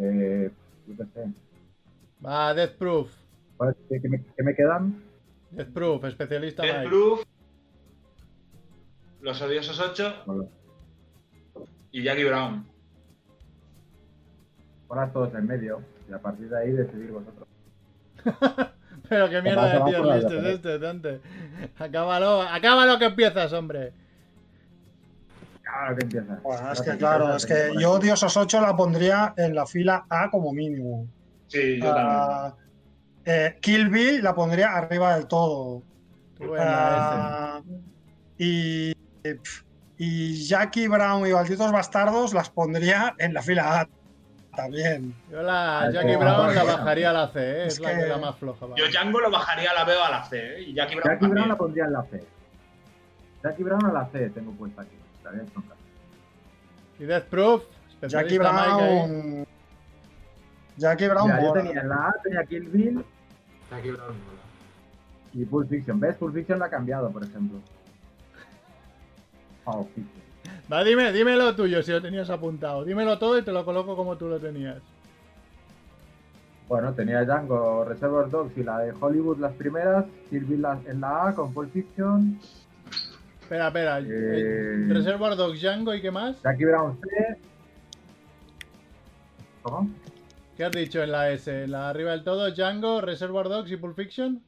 D: Eh, yo qué sé.
B: Va, Death Proof.
D: ¿Cuál es- ¿Qué, qué me, qué me quedan?
B: Death Proof, especialista
C: Death
B: Mike.
C: Proof, Los Odiosos 8
D: Ponlas
C: y Jackie Brown.
D: ponlas todos en medio y a partir de ahí decidir vosotros.
B: Pero qué mierda
D: Se
B: de
D: va
B: tío
D: por ahí,
B: este,
D: la
B: este, Dante. Acábalo, acábalo que empiezas, hombre.
D: Ah, que empieza.
G: Bueno, pues, es
D: Ahora
G: que
D: te
G: claro,
D: empieza,
G: es
D: te
G: que
D: empieza.
G: yo Diosos 8 la pondría en la fila A como mínimo.
C: Sí, yo también.
G: Ah, eh, Kill Bill la pondría arriba del todo.
B: Qué buena esa.
G: Ah, y, eh, pf, y Jackie Brown y Malditos Bastardos las pondría en la fila A también.
B: Yo la
D: Ah,
B: Jackie
D: es
B: Brown
D: que-
B: la bajaría a la C, ¿eh? es,
G: Es
B: la que
G: que-
B: es la más floja. para
C: Yo
B: mí.
C: Django lo bajaría a la B o a la C, ¿eh? y Jackie Brown
D: Jackie Brown
C: también.
D: la pondría en la C. Jackie Brown a la C tengo puesta aquí. La había hecho en casa.
B: Y Death Proof, especialista
G: Jackie
B: Mike ahí.
G: Brown. Jackie Brown.
D: Mira, yo
G: mola.
D: tenía en la A, tenía Kill Bill
F: Jackie Brown mola.
D: y Pulp Fiction. ¿Ves? Pulp Fiction la ha cambiado, por ejemplo. Ah, oficio.
B: Va, dime, dime lo tuyo si lo tenías apuntado. Dímelo todo y te lo coloco como tú lo tenías.
D: Bueno, tenía Django, Reservoir Dogs y la de Hollywood las primeras, Kill Bill la- en la A con Pulp Fiction,
B: Espera, espera.
D: Eh.
B: Reservoir Dogs Django y qué más?
D: Jackie Brown C. ¿Cómo?
B: ¿Qué has dicho en la S? ¿En la arriba del todo? Django, Reservoir Dogs y Pulp Fiction.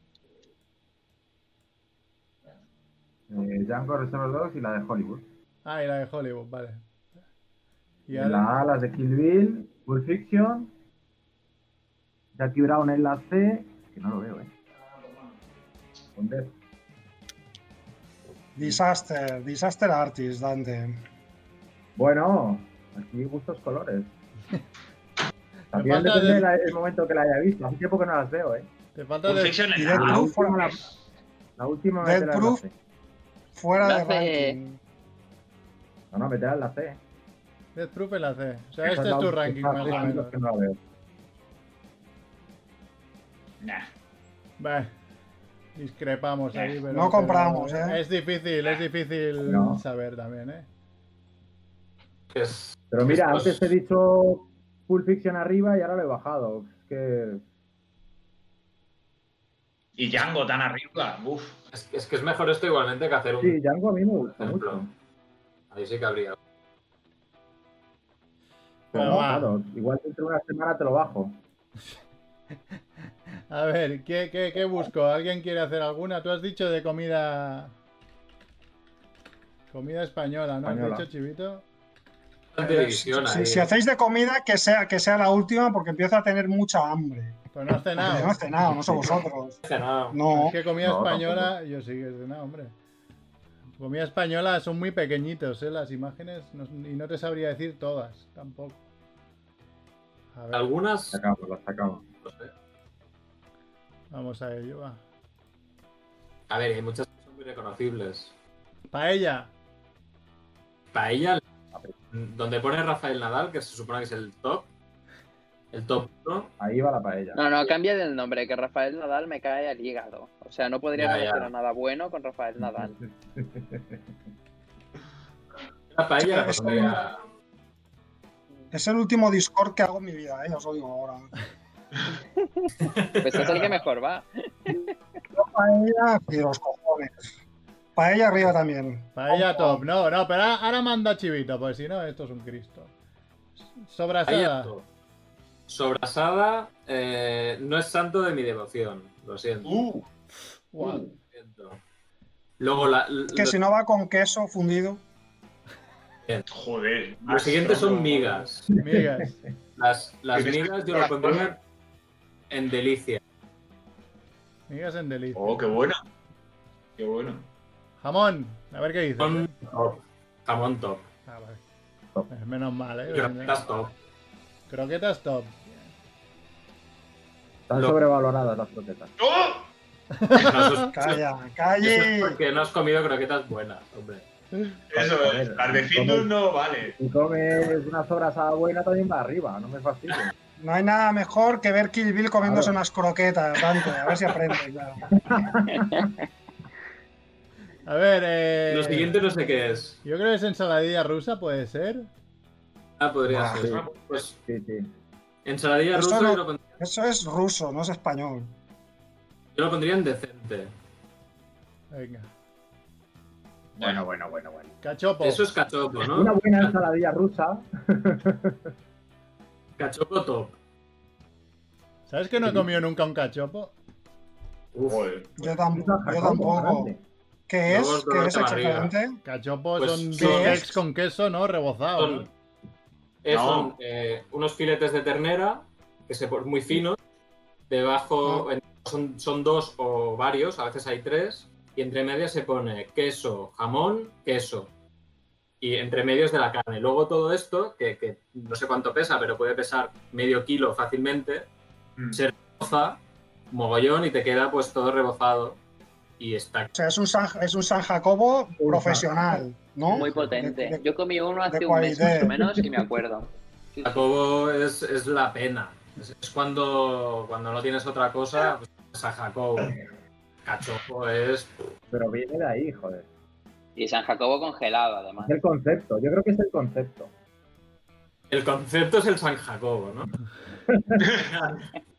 D: Eh, Django, Reservoir Dogs y la de Hollywood.
B: Ah, y la de Hollywood, vale. Y
D: En
B: ahora-
D: la A las de Kill Bill, Pulp Fiction, Jackie Brown en la C, que no lo veo, ¿eh? ¿Dónde? es?
G: Disaster, Disaster Artist, Dante.
D: Bueno, aquí gustos colores.
B: Me
D: También
B: falta
D: depende
B: de-
D: la- el momento que la haya visto. Hace tiempo que no las veo, ¿eh?
B: Te falta
C: Pulp
B: de...
C: Fiction en
G: y
C: la
G: Death
C: A.
D: La
G: Proof
D: última, la, la última
G: Death
D: meterá en la
G: Proof.
D: C.
G: Fuera de
E: Hace-
G: ranking.
D: No, no, meterá en la C.
B: Death Proof en la C. O sea,
D: Esa
B: este
D: la
B: es tu
D: última,
B: ranking, más
D: hace
B: o
D: años
B: menos.
D: que no la veo.
C: Nah.
B: Bah, discrepamos ahí, pero...
G: No compramos,
B: pero
G: ¿eh?
B: Es difícil, es difícil
D: No.
B: saber también, ¿eh?
F: Que es-
D: Pero mira,
F: Estos-
D: antes he dicho Pulp Fiction arriba y ahora lo he bajado. Es que
C: Y Django tan arriba, uff.
F: es, es que es mejor esto igualmente que hacer un
D: sí, Django a mí me gusta mucho.
F: ejemplo. Ahí sí que habría.
B: Pero
D: Pero
B: va.
D: claro, igual dentro de una semana te lo bajo.
B: A ver, ¿qué, qué, qué busco? ¿Alguien quiere hacer alguna? Tú has dicho de comida... Comida española, ¿no?
D: Española.
B: ¿Has dicho, Chivito?
F: Bastante división
G: Si,
F: ahí.
G: si hacéis de comida, que sea, que sea la última porque empiezo a tener mucha hambre.
B: Pues no has
G: Porque yo no
B: cenado.
G: he cenado, no sé vosotros.
F: No,
G: No.
B: Es que comida
D: No,
B: española... Yo sí que he cenado, hombre. Comida española son muy pequeñitos, ¿eh? Las imágenes. no- y no te sabría decir todas, tampoco. A ver,
F: Algunas.
D: Sacamos, la sacamos.
F: no sé.
B: vamos a ello, va.
F: A ver, hay muchas que son muy reconocibles.
B: Paella.
F: Paella, donde pone Rafael Nadal, que se supone que es el top. El top 1.
D: Ahí va la paella.
E: No,
F: Ah,
E: no, cambia el nombre, que Rafael Nadal me cae al hígado. O sea, no podría
F: Ya, ya.
E: relacionar nada bueno con Rafael Nadal.
F: La paella la
G: Eso-
F: pondría-
G: Es el último Discord que hago en mi vida, ¿eh? os lo digo ahora.
E: Pues es el que mejor va.
G: Paella y los cojones. Paella arriba también.
B: Paella top. No, no, pero ahora- ahora manda Chivito, pues si no, esto es un Cristo.
F: Paella
B: Sobrasada.
F: top. Sobrasada eh, no es santo de mi devoción. Lo siento.
C: Uh,
B: Guau.
F: Lo siento. Luego la.
G: Es que si no va con queso fundido.
C: joder.
F: Los siguientes son migas.
B: Migas.
F: Las, las
C: Tienes que
F: migas yo las pondría en delicia.
B: Migas en delicia.
C: Oh, qué buena. Qué bueno.
B: Jamón. A ver qué dices.
F: Son top. Jamón top.
B: Ah, vale. Eh, Menos mal, eh.
F: Croquetas top.
B: Croquetas top.
D: Están
F: Lo-
D: sobrevaloradas las croquetas.
C: ¡Oh!
F: No, eso es-
G: Calla,
F: eso es
G: calle.
F: porque no has comido croquetas buenas, hombre.
C: Eso es. Las de Findus no vale.
D: Si comes una sobrasada buena también va arriba, no me fastidies.
G: No hay nada mejor que ver Kill Bill comiéndose
D: Claro.
G: unas croquetas, Dante. A ver si aprendes. ya.
B: A ver, eh.
F: Lo siguiente no sé qué es.
B: Yo creo que es ensaladilla rusa, puede ser.
F: Ah, podría
G: Ah,
F: ser.
D: sí.
F: Pues
D: Sí, sí.
F: ensaladilla
G: Eso
F: rusa
G: no-
F: yo, lo pondría,
G: Eso es ruso, no es español.
F: yo lo pondría en decente.
B: Venga.
D: Bueno, bueno, bueno, bueno.
B: Cachopo.
F: Eso es cachopo, ¿no?
D: Una buena ensaladilla rusa.
F: Cachopo top.
B: ¿Sabes que no he comido nunca un cachopo?
F: Uf,
C: Joder.
G: Yo, tam-
D: Rusa
G: yo
D: jacobo,
G: tampoco.
D: grande.
G: que es,
F: Luego,
G: que es
F: dolor de barriga.
G: exactamente.
B: Cachopos
F: Pues,
B: son
F: ¿qué
B: dos
G: es?
B: eggs con queso, ¿no? Rebozado.
F: Son,
B: ¿no?
F: eh,
C: No.
F: son, eh, unos filetes de ternera que se ponen muy finos. Debajo en- son, son dos o varios, a veces hay tres. Y entre medias se pone queso, jamón, queso. Y entre medios de la carne. Luego todo esto, que, que no sé cuánto pesa, pero puede pesar medio kilo fácilmente,
C: Mm.
F: se reboza mogollón y te queda pues todo rebozado. Y está
G: O sea, es un San, es un San Jacobo profesional, ¿no?
E: Muy potente.
G: De- de-
E: Yo comí uno
G: de
E: hace un mes
G: cualidad.
E: más o menos y me acuerdo. Sí, sí.
F: Jacobo es, es la pena. Es, es cuando, cuando no tienes otra cosa, pues vas a Jacobo. Cachopo es.
D: Pero viene de ahí, joder.
E: Y San Jacobo congelado, además.
D: Es el concepto, yo creo que es el concepto.
F: El concepto es el San Jacobo, ¿no?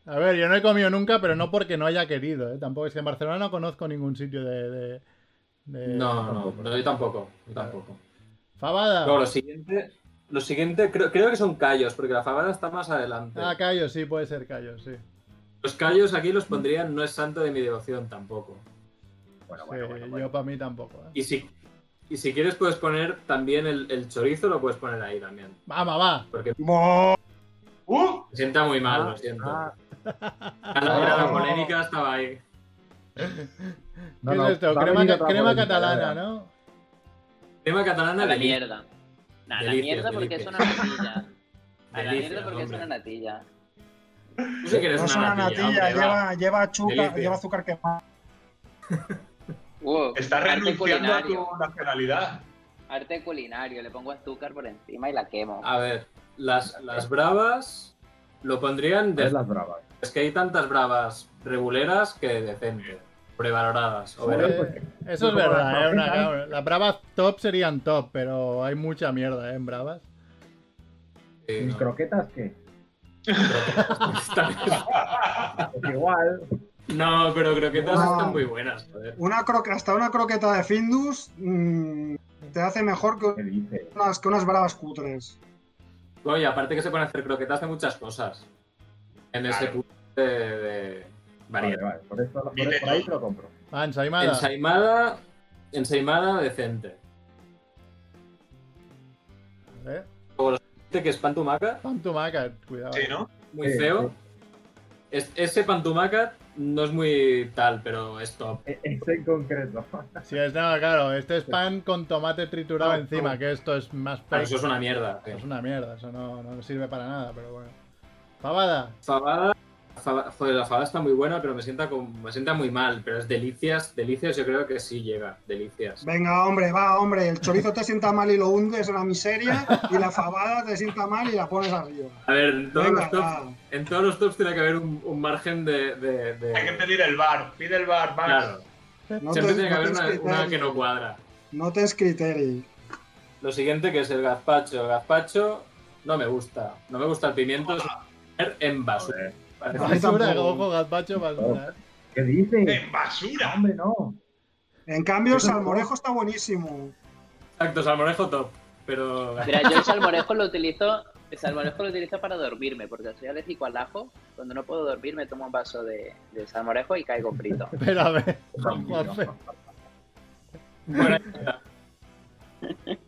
B: A ver, yo no he comido nunca, pero no porque no haya querido. ¿eh? Tampoco es que en Barcelona no conozco ningún sitio de. de- de-
F: No,
B: Eh,
F: no,
B: tampoco. Ah.
F: no, yo tampoco. Yo tampoco.
B: Fabada.
F: Luego, lo siguiente, lo siguiente creo, creo que son callos, porque la fabada está más adelante.
B: Ah, callo, sí, puede ser callo, sí.
F: Los callos aquí los pondrían, no es santo de mi devoción tampoco.
D: Bueno,
B: Sí,
D: bueno, bueno, bueno.
B: Yo para mí tampoco. ¿eh?
F: Y si, y si quieres, puedes poner también el, el chorizo, lo puedes poner ahí también.
B: Vama, va.
F: Porque
G: Bo-
C: ¡Uh!
F: me sienta muy mal, lo siento.
D: Ah,
F: la, la- la
B: Ah.
D: no.
F: polémica estaba ahí.
D: no,
B: ¿Qué
D: no,
B: es esto?
D: va a
B: Crema,
D: venir
B: ca-
D: otra
B: crema
D: polémica,
B: catalana,
D: ya, ya.
B: ¿no?
F: Crema catalana
E: A la
F: de limón.
E: mierda. Nah, A la
F: Delicias,
E: mierda porque es
F: delicias.
E: una natilla. A la
F: Delicias,
E: mierda porque es
F: hombre.
E: una natilla.
F: Tú sí que eres
G: No es
F: una natilla, hombre, va.
G: lleva, lleva, azúcar,
F: Delicia.
G: lleva azúcar quemado.
E: Wow,
C: Estás
E: arte
C: renunciando a
E: culinario.
C: tu nacionalidad.
E: Arte culinario. Le pongo azúcar por encima y la quemo.
F: A ver, las, las bravas lo pondrían
D: No es
F: de...
D: las bravas.
F: Es que hay tantas bravas reguleras que decente, prevaloradas. O
D: Joder,
F: verán,
B: Eh,
D: pues,
B: Eso es
D: como las
B: verdad, ¿eh? Una-
D: papitas.
B: las bravas top serían top, pero hay mucha mierda, ¿eh? En bravas.
F: sí,
D: ¿Y
F: no.
D: croquetas qué?
F: Están-
D: Pues igual.
F: no, pero croquetas
G: No.
F: están muy buenas. joder.
G: Una croque- hasta una croqueta de Findus mm, te hace mejor
D: ¿Qué
G: que
D: dices?
G: unas, que unas bravas cutres.
F: Bueno, y aparte que se pueden hacer croquetas de muchas cosas. En ese
C: Claro.
F: punto de, de
D: Vale,
F: variedad.
D: vale, por, esto, por,
C: Dime
D: por ahí
C: todo.
D: te lo compro.
B: Ah, ensaimada.
F: Ensaimada, ensaimada decente.
B: ¿eh?
F: Este que es pan tumaca,
B: Pan tumaca, cuidado. ¿eh?
C: Sí, ¿no?
F: muy
D: Sí,
F: feo.
D: sí.
F: Es- ese pan tumaca no es muy tal, pero es top.
D: E- Ese en concreto.
B: Si es nada, claro, este es pan con tomate triturado encima, que esto es más
F: Claro,
B: fake.
F: eso es una mierda.
B: Es una mierda, eso no, no sirve para nada, pero bueno. Fabada,
F: Fabada, faba- joder, la fabada está muy buena, pero me sienta, con- me sienta muy mal. Pero es delicias, delicias yo creo que sí llega, delicias.
G: Venga, hombre, va, hombre. El chorizo te sienta mal y lo hundes en la miseria. Y la fabada te sienta mal y la pones arriba.
F: A ver, en todos,
G: Venga,
F: los, tops,
G: va.
F: en todos los tops tiene que haber un, un margen de... de- de-
C: Hay que pedir el bar. Pide el bar, Max.
F: Claro,
G: No
F: siempre
G: te-
F: tiene que
G: no
F: haber
G: te
F: una,
G: escriteris.
F: una que no cuadra.
G: No te escriteris.
F: Lo siguiente que es el gazpacho. El gazpacho no me gusta. No me gusta el pimiento. Es poner en basura.
D: Joder,
F: Parece-
G: A mí
B: basura,
G: tampoco.
B: ojo, gazpacho, basura.
D: ¿Qué dices?
F: Eh,
C: ¡En basura!
D: Hombre, no.
G: En cambio, el
D: Eso no.
G: salmorejo está buenísimo.
F: Exacto, salmorejo top. Pero
E: Mira, yo el salmorejo lo utilizo, el salmorejo lo utilizo para dormirme, porque soy alérgico al ajo. Cuando no puedo dormir me tomo un vaso de, de salmorejo y caigo frito.
B: Pero a ver, Juanfe,
D: Tranquilo.
F: bueno, ahí está.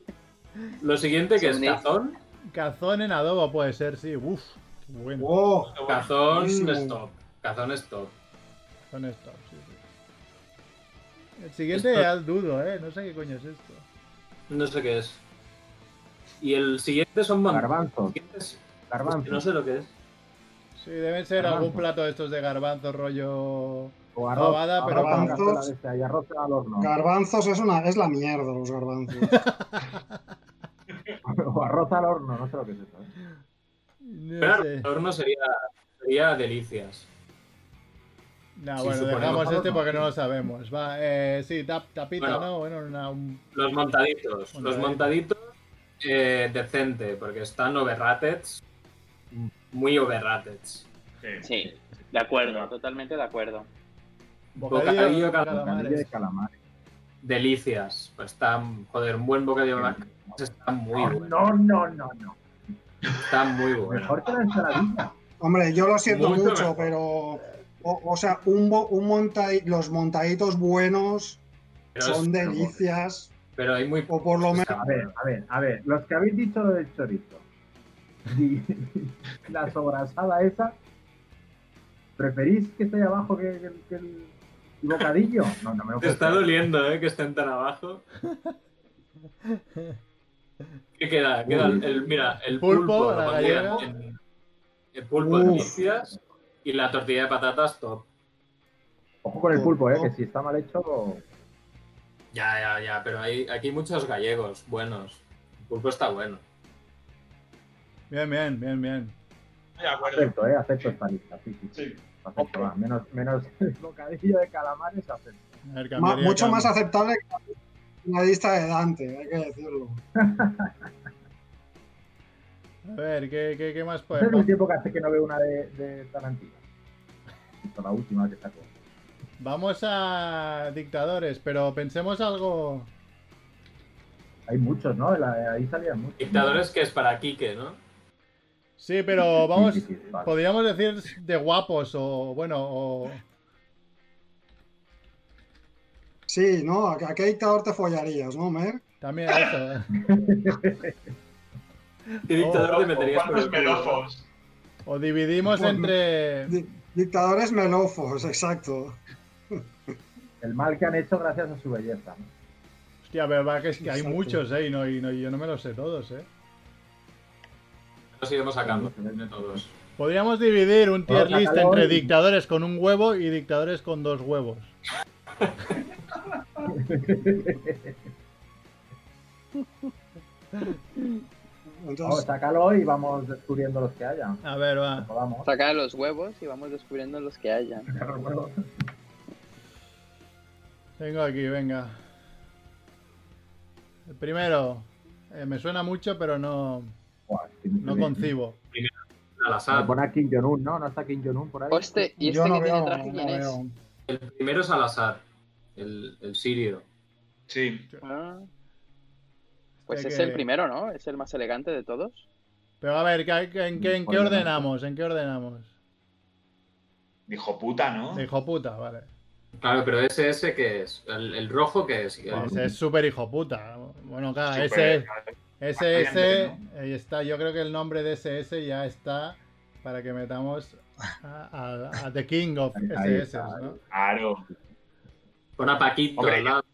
F: Lo siguiente que es
E: Sí.
F: cazón.
B: cazón en adobo puede ser, sí. Uf, qué bueno.
G: Oh,
F: Cazón
G: Buenísimo.
F: stop. Cazón stop.
B: Son estos, sí, sí. El siguiente
F: Esto-
B: ya dudo, ¿eh? No sé qué coño es esto.
F: No sé qué es. Y el siguiente son man-
D: Garbanzos.
F: el siguiente es- No
D: Garbanzos.
F: sé lo que es.
B: Sí, deben ser
D: Garbanzo.
B: algún plato de estos de garbanzo rollo...
D: O arroz.
B: Fabada, pero
D: arroz a la
G: garbanzos.
D: cazuela de esta y arroz al horno.
G: garbanzos es una es la mierda, los garbanzos.
D: o arroz al horno, no sé lo que es eso. ¿eh?
B: No
F: Pero
B: sé.
F: el horno sería, sería delicias.
B: No,
F: Sí,
B: bueno,
F: suponemos
B: dejamos
D: algo,
B: este
D: ¿no?
B: porque no lo sabemos. Va, eh, sí, tap, tapita,
F: Bueno.
B: ¿no? Bueno, una, un-
F: Los montaditos. Los
B: Montadito.
F: montaditos eh, decente, porque están overrated. Muy overrated.
C: Sí.
E: Sí, de acuerdo, totalmente de acuerdo.
B: Bocadillo,
F: Bocadillo,
B: de
F: calamares.
D: Bocadillo de
B: calamares.
D: calamares.
F: Delicias. Pues están, joder, un buen bocadillo de vacas está muy bueno.
D: Ah, No, no, no, no.
F: Está muy bueno.
D: Mejor que la ensaladilla.
G: Hombre, yo lo siento
F: Mucho
G: mucho,
F: mejor.
G: pero. O, o sea, un, bo- un monta- los montaditos buenos
F: Pero es-
G: Son delicias.
F: Pero hay muy
G: O por lo menos.
D: A ver, a ver, a ver. Los que habéis dicho lo del chorizo. y la sobrasada esa. ¿Preferís que esté ahí abajo que, que el- que el bocadillo? No, no me lo
F: Te
D: puedo
F: está
D: creer.
F: doliendo, ¿eh? Que estén tan abajo. ¿Qué queda? Queda el, el- mira, el
B: Pulpo,
F: pulpo,
B: la
F: lo pondría
B: gallega.
F: en- el pulpo en
G: Uf.
F: nicias y la tortilla de patatas top.
D: Ojo con el pulpo, eh, que si está mal hecho.
F: Ya, ya, ya, pero hay, aquí hay muchos gallegos buenos. El pulpo está bueno.
B: Bien, bien, bien, bien.
C: De acuerdo.
D: Acepto, eh, acepto esta lista. Sí, sí, sí.
C: Sí.
D: Acepto, va. Menos, menos el bocadillo de calamares, acepto.
B: A ver,
G: Ma-
B: cambiaría,
G: mucho
B: cambio.
G: más aceptable que la lista de Dante, hay que decirlo.
B: A ver, ¿qué, qué, qué más
D: Hace
B: puede
D: un tiempo que hace que no veo una de, de Tarantino. Esta es la última que sacó.
B: Vamos a dictadores, pero pensemos algo.
D: Hay muchos, ¿no? La- ahí salían muchos.
F: Dictadores que es para Quique, ¿no?
B: Sí, pero vamos.
D: Sí, sí, sí, vale.
B: Podríamos decir de guapos o bueno, o.
G: Sí, ¿no? ¿A, a qué dictador te follarías, no, Mer?
B: También eso.
F: ¿Qué dictador
B: Oh,
F: te meterías por
C: ¿Cuántos
F: el culo?
C: melofos?
B: O dividimos
G: Bueno.
B: entre.
G: Di- dictadores melófos, exacto.
D: El mal que han hecho gracias a su belleza. ¿no?
B: Hostia, pero va que es que hay
G: Exacto.
B: muchos, eh, y, no, y no- y yo no me los sé todos, eh.
F: Los iremos sacando de todos.
B: Podríamos dividir un tier
D: Bueno,
B: list
D: sácalo
B: entre
D: y-
B: dictadores con un huevo y dictadores con dos huevos.
D: Vamos,
G: Entonces,
D: sácalo y vamos descubriendo los que haya.
B: A ver, va.
D: Podamos.
E: Saca los huevos y vamos descubriendo los que hayan.
B: Tengo aquí, venga. El primero. eh, me suena mucho, pero no, no concibo.
F: Al
D: Me
F: azar.
D: pone Ah, a Kim Jong-un, ¿no? ¿No está Kim Jong-un por ahí?
E: Hostia, ¿y
G: yo
E: este
G: no
E: que tiene
G: veo,
E: traje
G: no
E: quién es?
G: veo.
F: El primero es al azar. El, el sirio.
C: Sí.
E: Ah. Pues
B: Sé
E: es
B: que-
E: el primero, ¿no? Es el más elegante de todos.
B: Pero a ver, ¿qué- qué- ¿en qué, en qué
D: Bueno, no.
B: ordenamos? ¿En qué ordenamos?
C: Dijo puta, ¿no?
B: De hijo puta, vale.
F: Claro, pero ese, ese que es. El, el rojo que es. El-
B: Ese es súper hijo puta. Bueno, claro,
C: Súper,
B: Ah, ese, ese, ese,
C: Bastante,
B: ahí está. Yo creo que el nombre de SS ya está para que metamos a, a- a The King of
D: Ahí está,
B: SS,
D: ahí
B: ¿no?
C: Claro.
F: Pon a Paquito
C: Hombre,
F: al lado.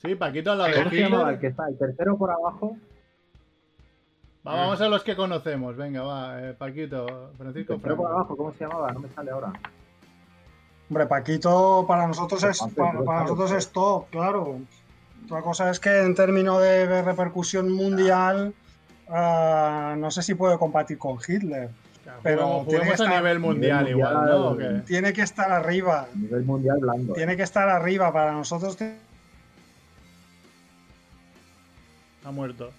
B: Sí, Paquito al lado de
D: ¿Cómo se llamaba el
B: Hitler.
D: que está? El tercero por abajo.
B: Va, vamos a los que conocemos. Venga, va, eh, Paquito,
D: El
B: Francisco
D: tercero
B: Franco.
D: por abajo, ¿cómo se llamaba? No me sale ahora.
G: Hombre, Paquito para nosotros es
D: Antes,
G: para,
D: pero
G: para
D: claro.
G: nosotros es top, claro. Otra cosa es que en términos de repercusión mundial, ah, no sé si puede combatir con Hitler. Pero
B: Juguemos-
G: tiene que
B: juguemos a
G: estar-
B: nivel mundial
D: Nivel
B: igual,
D: mundial.
B: ¿no? ¿O qué?
G: Tiene que estar arriba.
D: A nivel mundial blando. ¿eh?
G: Tiene que estar arriba para nosotros. tiene-
B: Ha muerto.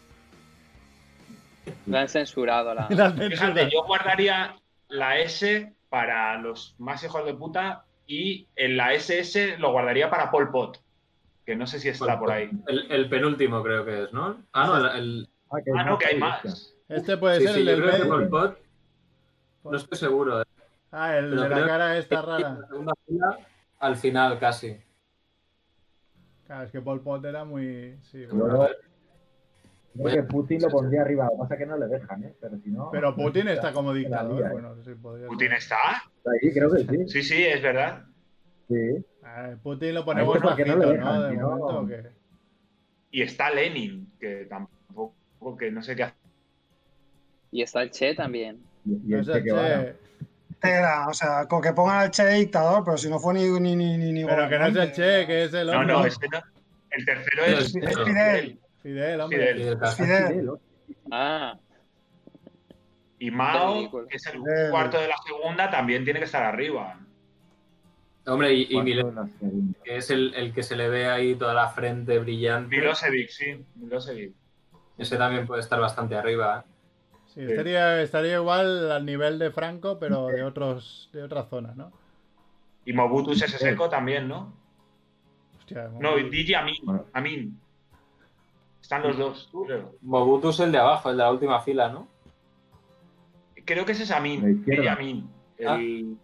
D: Mm.
E: La han censurado la.
B: La
C: Fíjate,
B: censura.
C: yo guardaría la S para los más hijos de puta y en la SS lo guardaría para Pol Pot. Que no sé si está por ahí.
F: El, el penúltimo creo que es, ¿no? Ah, no, el- el.
D: Ah,
C: Ah, no, que hay
D: hostia.
C: más.
B: Este puede
F: sí,
B: ser
F: sí,
B: el
F: yo
B: del
F: creo que
B: medio.
F: Pol Pot. No estoy seguro. ¿eh?
B: Ah, el
F: Pero
B: de la
F: creo que-
B: cara esta rara.
F: La segunda fila, al final casi.
B: Claro, es que Pol Pot era muy. Sí,
D: Yo
B: bueno.
D: creo- creo que Putin lo pondría arriba, lo que pasa es que no le dejan, ¿eh? Pero si no.
B: Pero Putin está como dictador.
D: Todavía, ¿eh?
B: Bueno, sí, podría ser.
C: ¿Putin está?
D: Está ahí, creo que sí.
C: Sí, sí, es verdad.
D: sí.
B: A ver, Putin lo ponemos
D: Ahí porque
B: bajito,
D: no
B: ¿no?
D: le dejan,
B: De
D: si no-
B: momento, ¿o qué?
C: Y está Lenin, que tampoco, que no sé qué hace.
E: Y está el Che también.
D: Y, y
B: No
D: el
B: sé,
D: Che Guevara.
B: che,
G: Era, o sea, con que pongan al Che de dictador, pero si no fue ni ni ni ni, eh, ni
B: Pero que no es el
G: gobernante.
B: Che, que es el
C: No,
B: hombre.
C: no, ese no. El tercero
F: Pero
C: es.
G: Es Fidel.
B: Fidel, hombre.
F: Y el
G: Es
F: casi.
G: Fidel.
E: Ah,
C: Y
E: Qué
C: Mao,
E: ridículo.
C: que es el
G: Fidel.
C: cuarto de la segunda, también tiene que estar arriba.
F: Hombre, y, y
D: Cuarto
F: Milet,
D: en la segunda.
F: que es el, el que se le ve ahí toda la frente brillante.
C: Milosevic, sí, Milosevic.
F: Ese también puede estar bastante arriba. ¿eh?
B: Sí, estaría, estaría igual al nivel de Franco, pero de otros de otras zonas, ¿no?
C: Y Mobutu Sese Seko también, ¿no?
B: Hostia,
C: No, y DJ Amin.
D: Bueno.
C: Amin. Están los dos, creo.
F: Mobutu es el de abajo, el de la última fila, ¿no?
C: Creo que ese es
D: La
C: Amin.
D: izquierda.
C: DJ Amin. El,
F: Ah.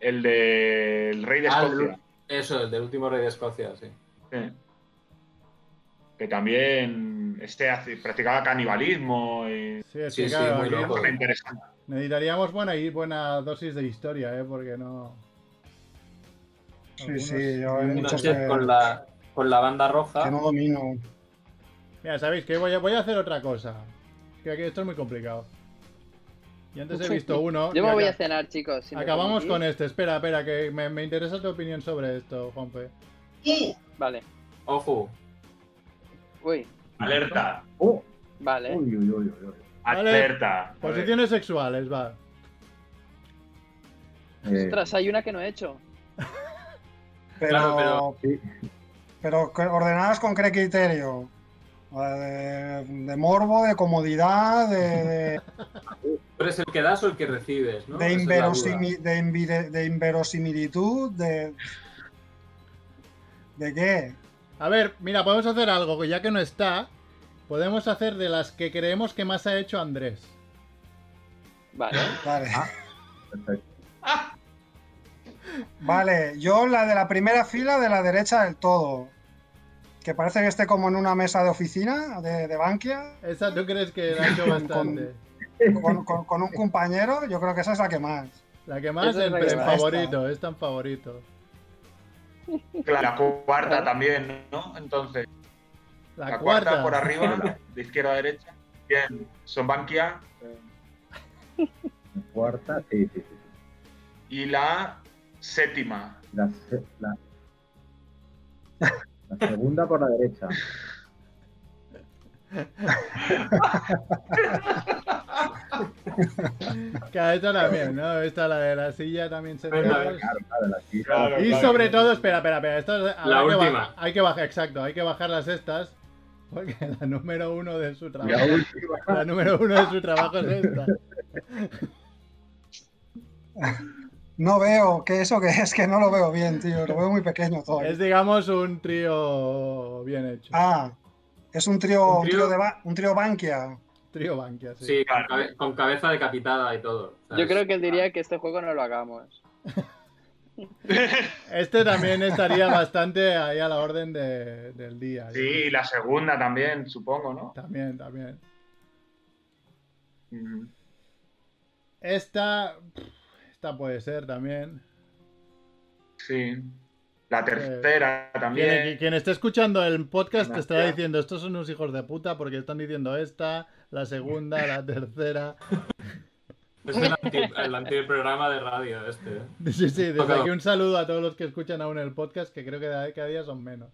C: el del rey de
F: Ah, el
C: Escocia.
F: Eso, el del último rey de Escocia, sí.
C: Sí. Que también este hace- practicaba canibalismo. Y...
B: Sí, es
F: Sí,
B: que
F: sí,
B: claro,
F: muy
B: aquí
F: loco.
C: Me interesante.
B: necesitaríamos buena, y buena dosis de historia, ¿eh? Porque no...
G: Sí,
B: Algunos-
G: sí, yo hay
B: algunos-
G: muchos
F: Pinochet
G: que,
F: con la, con la banda
G: que
F: roja.
G: no domino.
B: Mira, ¿sabéis que Voy a, voy a hacer otra cosa. Es Que aquí esto es muy complicado. Y antes he visto uno...
E: Yo
B: y
E: me voy
B: acá-
E: a cenar, chicos. si me
B: Acabamos
E: permitís.
B: con este. Espera, espera, que me, me interesa tu opinión sobre esto, Juanpe.
E: Vale.
F: Ojo.
E: Uy,
C: Alerta,
D: Oh,
E: vale.
D: uy, uy, uy, uy, uy.
B: Vale.
C: alerta. A ver.
B: Posiciones sexuales, va.
D: Eh,
E: Ostras, hay una que no he hecho.
G: Pero,
F: Claro,
D: pero-
G: pero que- ordenadas con qué criterio. Eh, De, de morbo, de comodidad, de, de-
F: Tú eres el que das o el que recibes, ¿no?
G: de
F: Esa es la duda.
G: inverosimi- de invide- de inverosimilitud, de. ¿De qué?
B: A ver, mira, podemos hacer algo, que ya que no está, podemos hacer de las que creemos que más ha hecho Andrés.
E: Vale.
G: Vale.
D: perfecto.
G: Vale, yo la de la primera fila de la derecha del todo. Que parece que esté como en una mesa de oficina de, de Bankia,
B: Esa tú crees que la ha hecho bastante.
G: con, con- con un compañero. Yo creo que esa es la que más.
B: La que más
E: Esa es
B: en,
E: la que
B: en
E: más.
B: favorito, es tan favorito.
C: Claro, La cuarta también, ¿no? Entonces,
B: La,
C: la, cuarta.
B: cuarta.
C: por arriba, de izquierda a derecha. Bien, son Bankia.
D: Cuarta, eh, sí, sí, sí, sí.
C: Y la séptima.
D: La, se- la- la segunda por la derecha.
B: Claro, esta también, ¿no? Esta la de la silla también se
F: Venga, venga.
D: Claro, claro, la silla.
C: Claro.
B: Y sobre todo, espera, espera, espera. Esto es-
F: La
B: hay que ba-
F: última.
B: hay que bajar, exacto, hay que bajar las estas. Porque la número uno de su trabajo.
D: La última.
B: La número uno de su trabajo es esta.
G: No veo que eso que es, que no lo veo bien, tío. Lo veo muy pequeño todo.
B: Es, digamos, un trío bien hecho.
G: Ah, es un trío,
F: Un
G: un
F: trío-
G: trío de ba- un trío Bankia.
B: Trío Bankia, sí.
F: Sí, con, cabe- con cabeza decapitada y todo.
E: Yo creo que él diría que este juego no lo hagamos.
B: Este también estaría bastante ahí a la orden de- del día.
C: Sí, y la segunda también, supongo, ¿no?
B: También, también.
C: Mm.
B: Esta. Esta puede ser también.
C: Sí. La tercera
B: Quien,
C: también.
B: quien esté escuchando el podcast te estará
C: Gracias.
B: diciendo, estos son unos hijos de puta porque están diciendo esta, la segunda, la tercera.
F: Es el, anti, el antiprograma de radio este.
B: Sí, sí, desde
F: Claro.
B: aquí un saludo a todos los que escuchan aún el podcast, que creo que cada cada día son menos.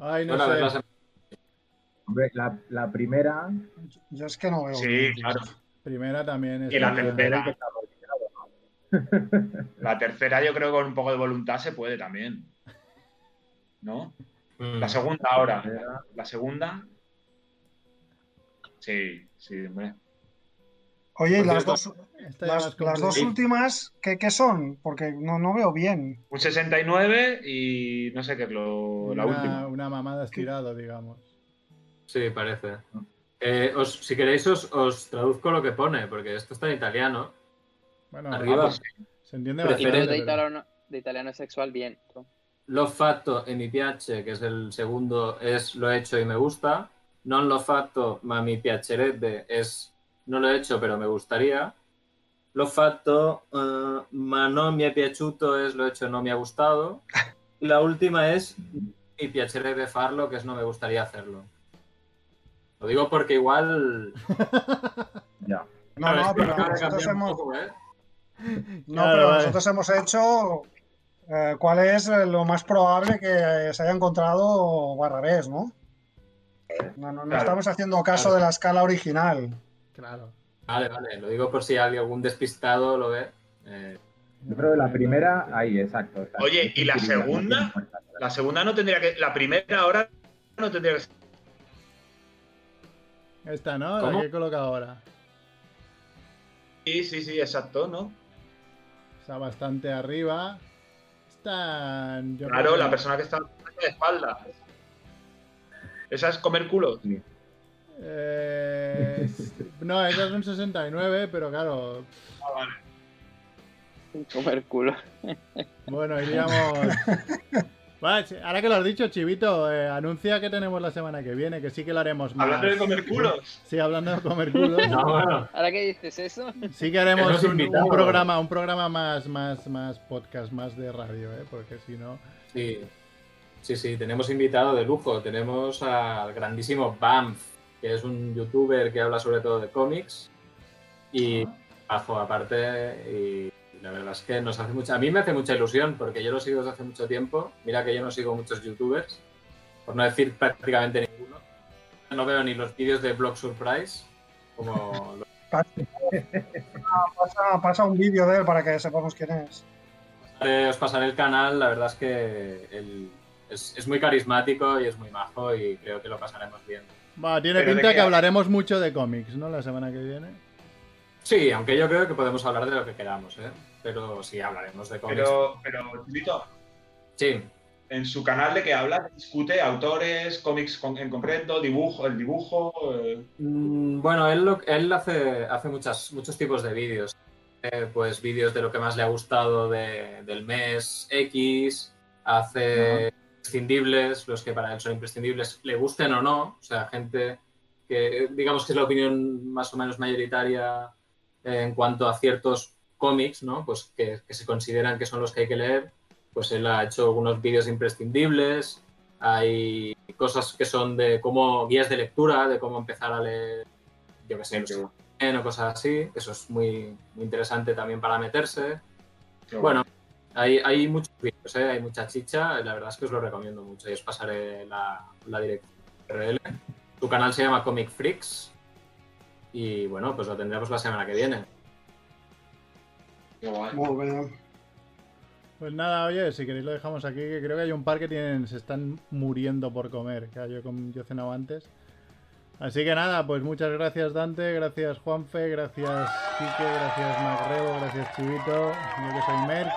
B: Ay, no
F: Bueno, a ver, la
B: sé.
F: semana-
D: Hombre, la, la primera.
G: Yo es que no veo.
C: Sí,
G: bien, tío.
C: claro.
B: Primera también es.
C: Y la
D: creo que
C: tercera.
D: está dominado, ¿no?
C: La tercera yo creo que con un poco de voluntad se puede también. ¿No?
F: Mm.
C: La segunda ahora.
D: Tercera.
C: La segunda. Sí, sí, hombre.
G: Oye, ¿y
F: Por
G: las
F: cierto,
G: dos,
B: Esta ya más
G: las, las dos
B: complicada.
G: últimas, ¿qué, qué son? Porque no, no veo bien.
C: Un 69 y no sé qué es lo, la
B: Una-
C: última.
B: Una mamada estirado, digamos.
F: Sí, parece. Eh, os- si queréis, os, os traduzco lo que pone, porque esto está en italiano.
C: Ah,
B: Bueno,
F: Arriba.
B: pues, se entiende
E: Y tú
B: bastante.
F: Preferente.
E: de
B: pero-
E: italiano, de italiano sexual, bien. tú.
F: Lo fatto e mi piace, que es el segundo, es lo he hecho y me gusta. Non lo fatto ma mi piacerebbe es no lo he hecho pero me gustaría. Lo fatto eh, ma non mi è piaciuto es lo he hecho no me ha gustado. Y la última es mi piacerebbe farlo, que es no me gustaría hacerlo. Lo digo porque igual...
D: Ya.
G: No, no, pero
F: Ahora
G: nosotros
F: cambiamos
G: hemos,
F: un poco, ¿eh?
G: no,
B: Claro, eh.
G: pero
B: vale.
G: nosotros hemos hecho eh, cuál es eh, lo más probable que se haya encontrado Barrabés, ¿no? No, no, no
C: Claro.
G: estamos haciendo caso
F: Eh, Claro.
G: de la escala original.
B: Claro.
F: Vale, vale, lo digo por si hay algún despistado lo ve. Eh,
D: Yo creo que la primera, ahí, exacto. exacto.
C: Oye, ¿y la
D: Sí, sí, sí,
C: segunda?
D: no tiene fuerza.
C: La segunda no tendría que. La primera ahora no tendría que ser.
B: Esta, ¿no? La
F: ¿Cómo?
B: que he colocado ahora.
C: Sí, sí, sí, exacto, ¿no?
B: Está bastante arriba. Están. yo creo
C: Claro,
B: que-
C: la persona que está de espalda. Esa es comer culo.
B: Eh, es- no, esa es un 69, pero claro.
C: Ah, vale.
E: Comer culo.
B: Bueno, iríamos. Va, ch- ahora que lo has dicho, Chivito, eh, anuncia que tenemos la semana que viene, que sí que lo haremos más.
C: Hablando de comer culos.
B: Sí, hablando de comer culos.
F: No, bueno.
E: Ahora que dices eso,
B: Sí que haremos
F: Hemos
B: un, un
F: invitado.
B: programa, un programa más, más, más podcast, más de radio, ¿eh? porque si no.
F: Sí, sí, sí, tenemos invitado de lujo. Tenemos al grandísimo Banff, que es un youtuber que habla sobre todo de cómics. Y bajo aparte, y la verdad es que nos hace mucha. A mí me hace mucha ilusión, porque yo lo sigo desde hace mucho tiempo. Mira que yo no sigo muchos youtubers, por no decir prácticamente ninguno. No veo ni los vídeos de Blog Surprise, como los
G: Pasa, pasa un vídeo de él para que sepamos quién es.
F: Eh, os pasaré el canal, la verdad es que el- es, es muy carismático y es muy majo y creo que lo pasaremos bien.
B: Va, tiene
C: Pero de
B: pinta
C: qué
B: que
C: ha-
B: hablaremos mucho de cómics, ¿no? La semana que viene.
F: Sí, aunque yo creo que podemos hablar de lo que queramos, ¿eh? Pero sí, hablaremos de cómics.
C: Pero, pero, Chilito,
F: Sí,
C: en su canal de que habla, discute autores, cómics con- en concreto, dibujo, el dibujo. eh,
F: Mm, bueno, él, lo- él hace, hace muchas, muchos tipos de vídeos. Eh, pues vídeos de lo que más le ha gustado de- del mes X, hace imprescindibles, los que para él son imprescindibles, le gusten o no, o sea, gente que eh, digamos que es la opinión más o menos mayoritaria eh, en cuanto a ciertos cómics, ¿no? Pues que, que se consideran que son los que hay que leer, pues él ha hecho algunos vídeos imprescindibles, hay cosas que son de cómo guías de lectura, de cómo empezar a leer, yo qué sé, los X-Men o cosas así, eso es muy, muy interesante también para meterse.
C: que-
F: Bueno, hay, hay muchos vídeos, ¿eh? hay mucha chicha, la verdad es que os lo recomiendo mucho y os pasaré la, la dirección de RL. Su canal se llama Comic Freaks y bueno, pues lo tendremos la semana que viene.
C: qué guay.
G: Muy bien.
B: Pues nada, oye, si queréis lo dejamos aquí, que creo que hay un par que tienen, se están muriendo por comer, que yo, com- yo he cenado antes. Así que nada, pues muchas gracias Dante, gracias Juanfe, gracias Quique, gracias Macrebo, gracias Chivito, yo que soy Merck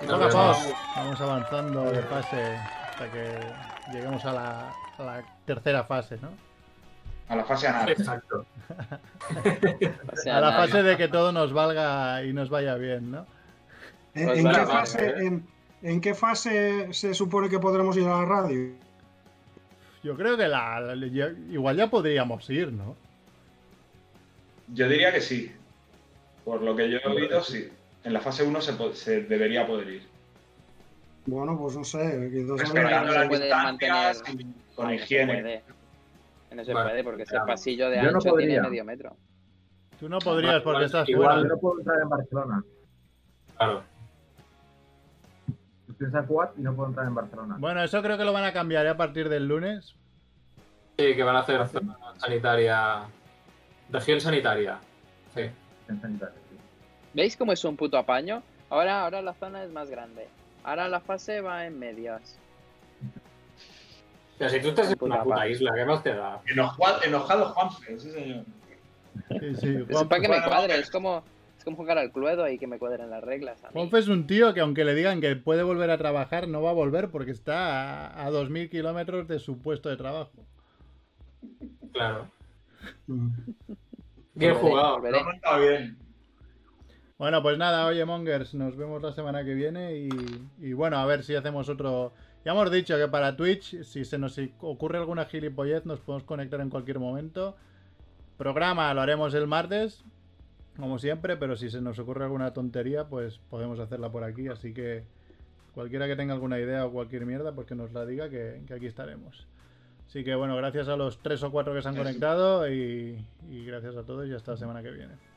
B: y... y
F: Nos
B: poco a poco
F: vemos.
B: vamos avanzando de fase hasta que lleguemos a la, a la tercera fase, ¿no?
C: A la fase anal.
F: Exacto.
E: o sea,
B: A la
E: nada.
B: fase de que todo nos valga y nos vaya bien, ¿no?
G: ¿En,
E: Pues
G: en
E: vale,
G: qué
E: vale,
G: fase,
F: vale.
G: en- en qué fase se supone que podremos ir a la radio?
B: Yo creo que la, la- yo- igual ya podríamos ir, ¿no?
C: Yo diría que sí. Por lo que yo he oído, sí. En la fase 1 se, po- se debería poder ir.
G: Bueno, pues no sé. quizás
C: Respetando
E: no
C: las
E: se puede
C: distancias,
E: mantener-
C: y con
E: no se
C: higiene.
E: puede. No se
F: Bueno,
E: puede porque ese
F: claro.
E: pasillo de
D: Yo no
E: ancho tiene
D: podría.
E: medio metro.
B: Tú no podrías
F: Vale,
B: porque
F: vale,
B: estás
F: igual.
B: fuera.
D: Yo no puedo entrar en Barcelona.
F: Claro.
D: Estoy en San Juan y no puedo entrar en Barcelona.
B: Bueno, eso creo que lo van a cambiar ¿eh? a partir del lunes.
F: Sí, que van a hacer zona sanitaria, región sanitaria. Sí.
D: En sanitario, sí.
E: ¿Veis cómo es un puto apaño? Ahora, ahora la zona es más grande. Ahora la fase va en medias.
F: Pero si tú estás en una puta isla, ¿qué más te da?
C: Enojado, enojado Juanfe, sí señor.
B: Sí, sí.
E: Es
B: Juan-
E: para que
B: Juanfe,
E: me
C: Juan-
E: cuadre, es como, es como jugar al cluedo y que me cuadren las reglas. a mí.
B: es un tío que aunque le digan que puede volver a trabajar, no va a volver porque está a, a 2.000 kilómetros de su puesto de trabajo.
F: Claro.
G: Mm.
E: Volveré,
F: Bien jugado.
E: volveré.
C: Lo ha montado bien.
B: Bueno, pues nada, oye Mongers, nos vemos la semana que viene y, y bueno, a ver si hacemos otro... Ya hemos dicho que para Twitch, si se nos ocurre alguna gilipollez, nos podemos conectar en cualquier momento. Programa lo haremos el martes, como siempre, pero si se nos ocurre alguna tontería, pues podemos hacerla por aquí. Así que cualquiera que tenga alguna idea o cualquier mierda, pues que nos la diga, que, que aquí estaremos. Así que bueno, gracias a los tres o cuatro que se han
C: Eso.
B: conectado y, y gracias a todos y hasta la semana que viene.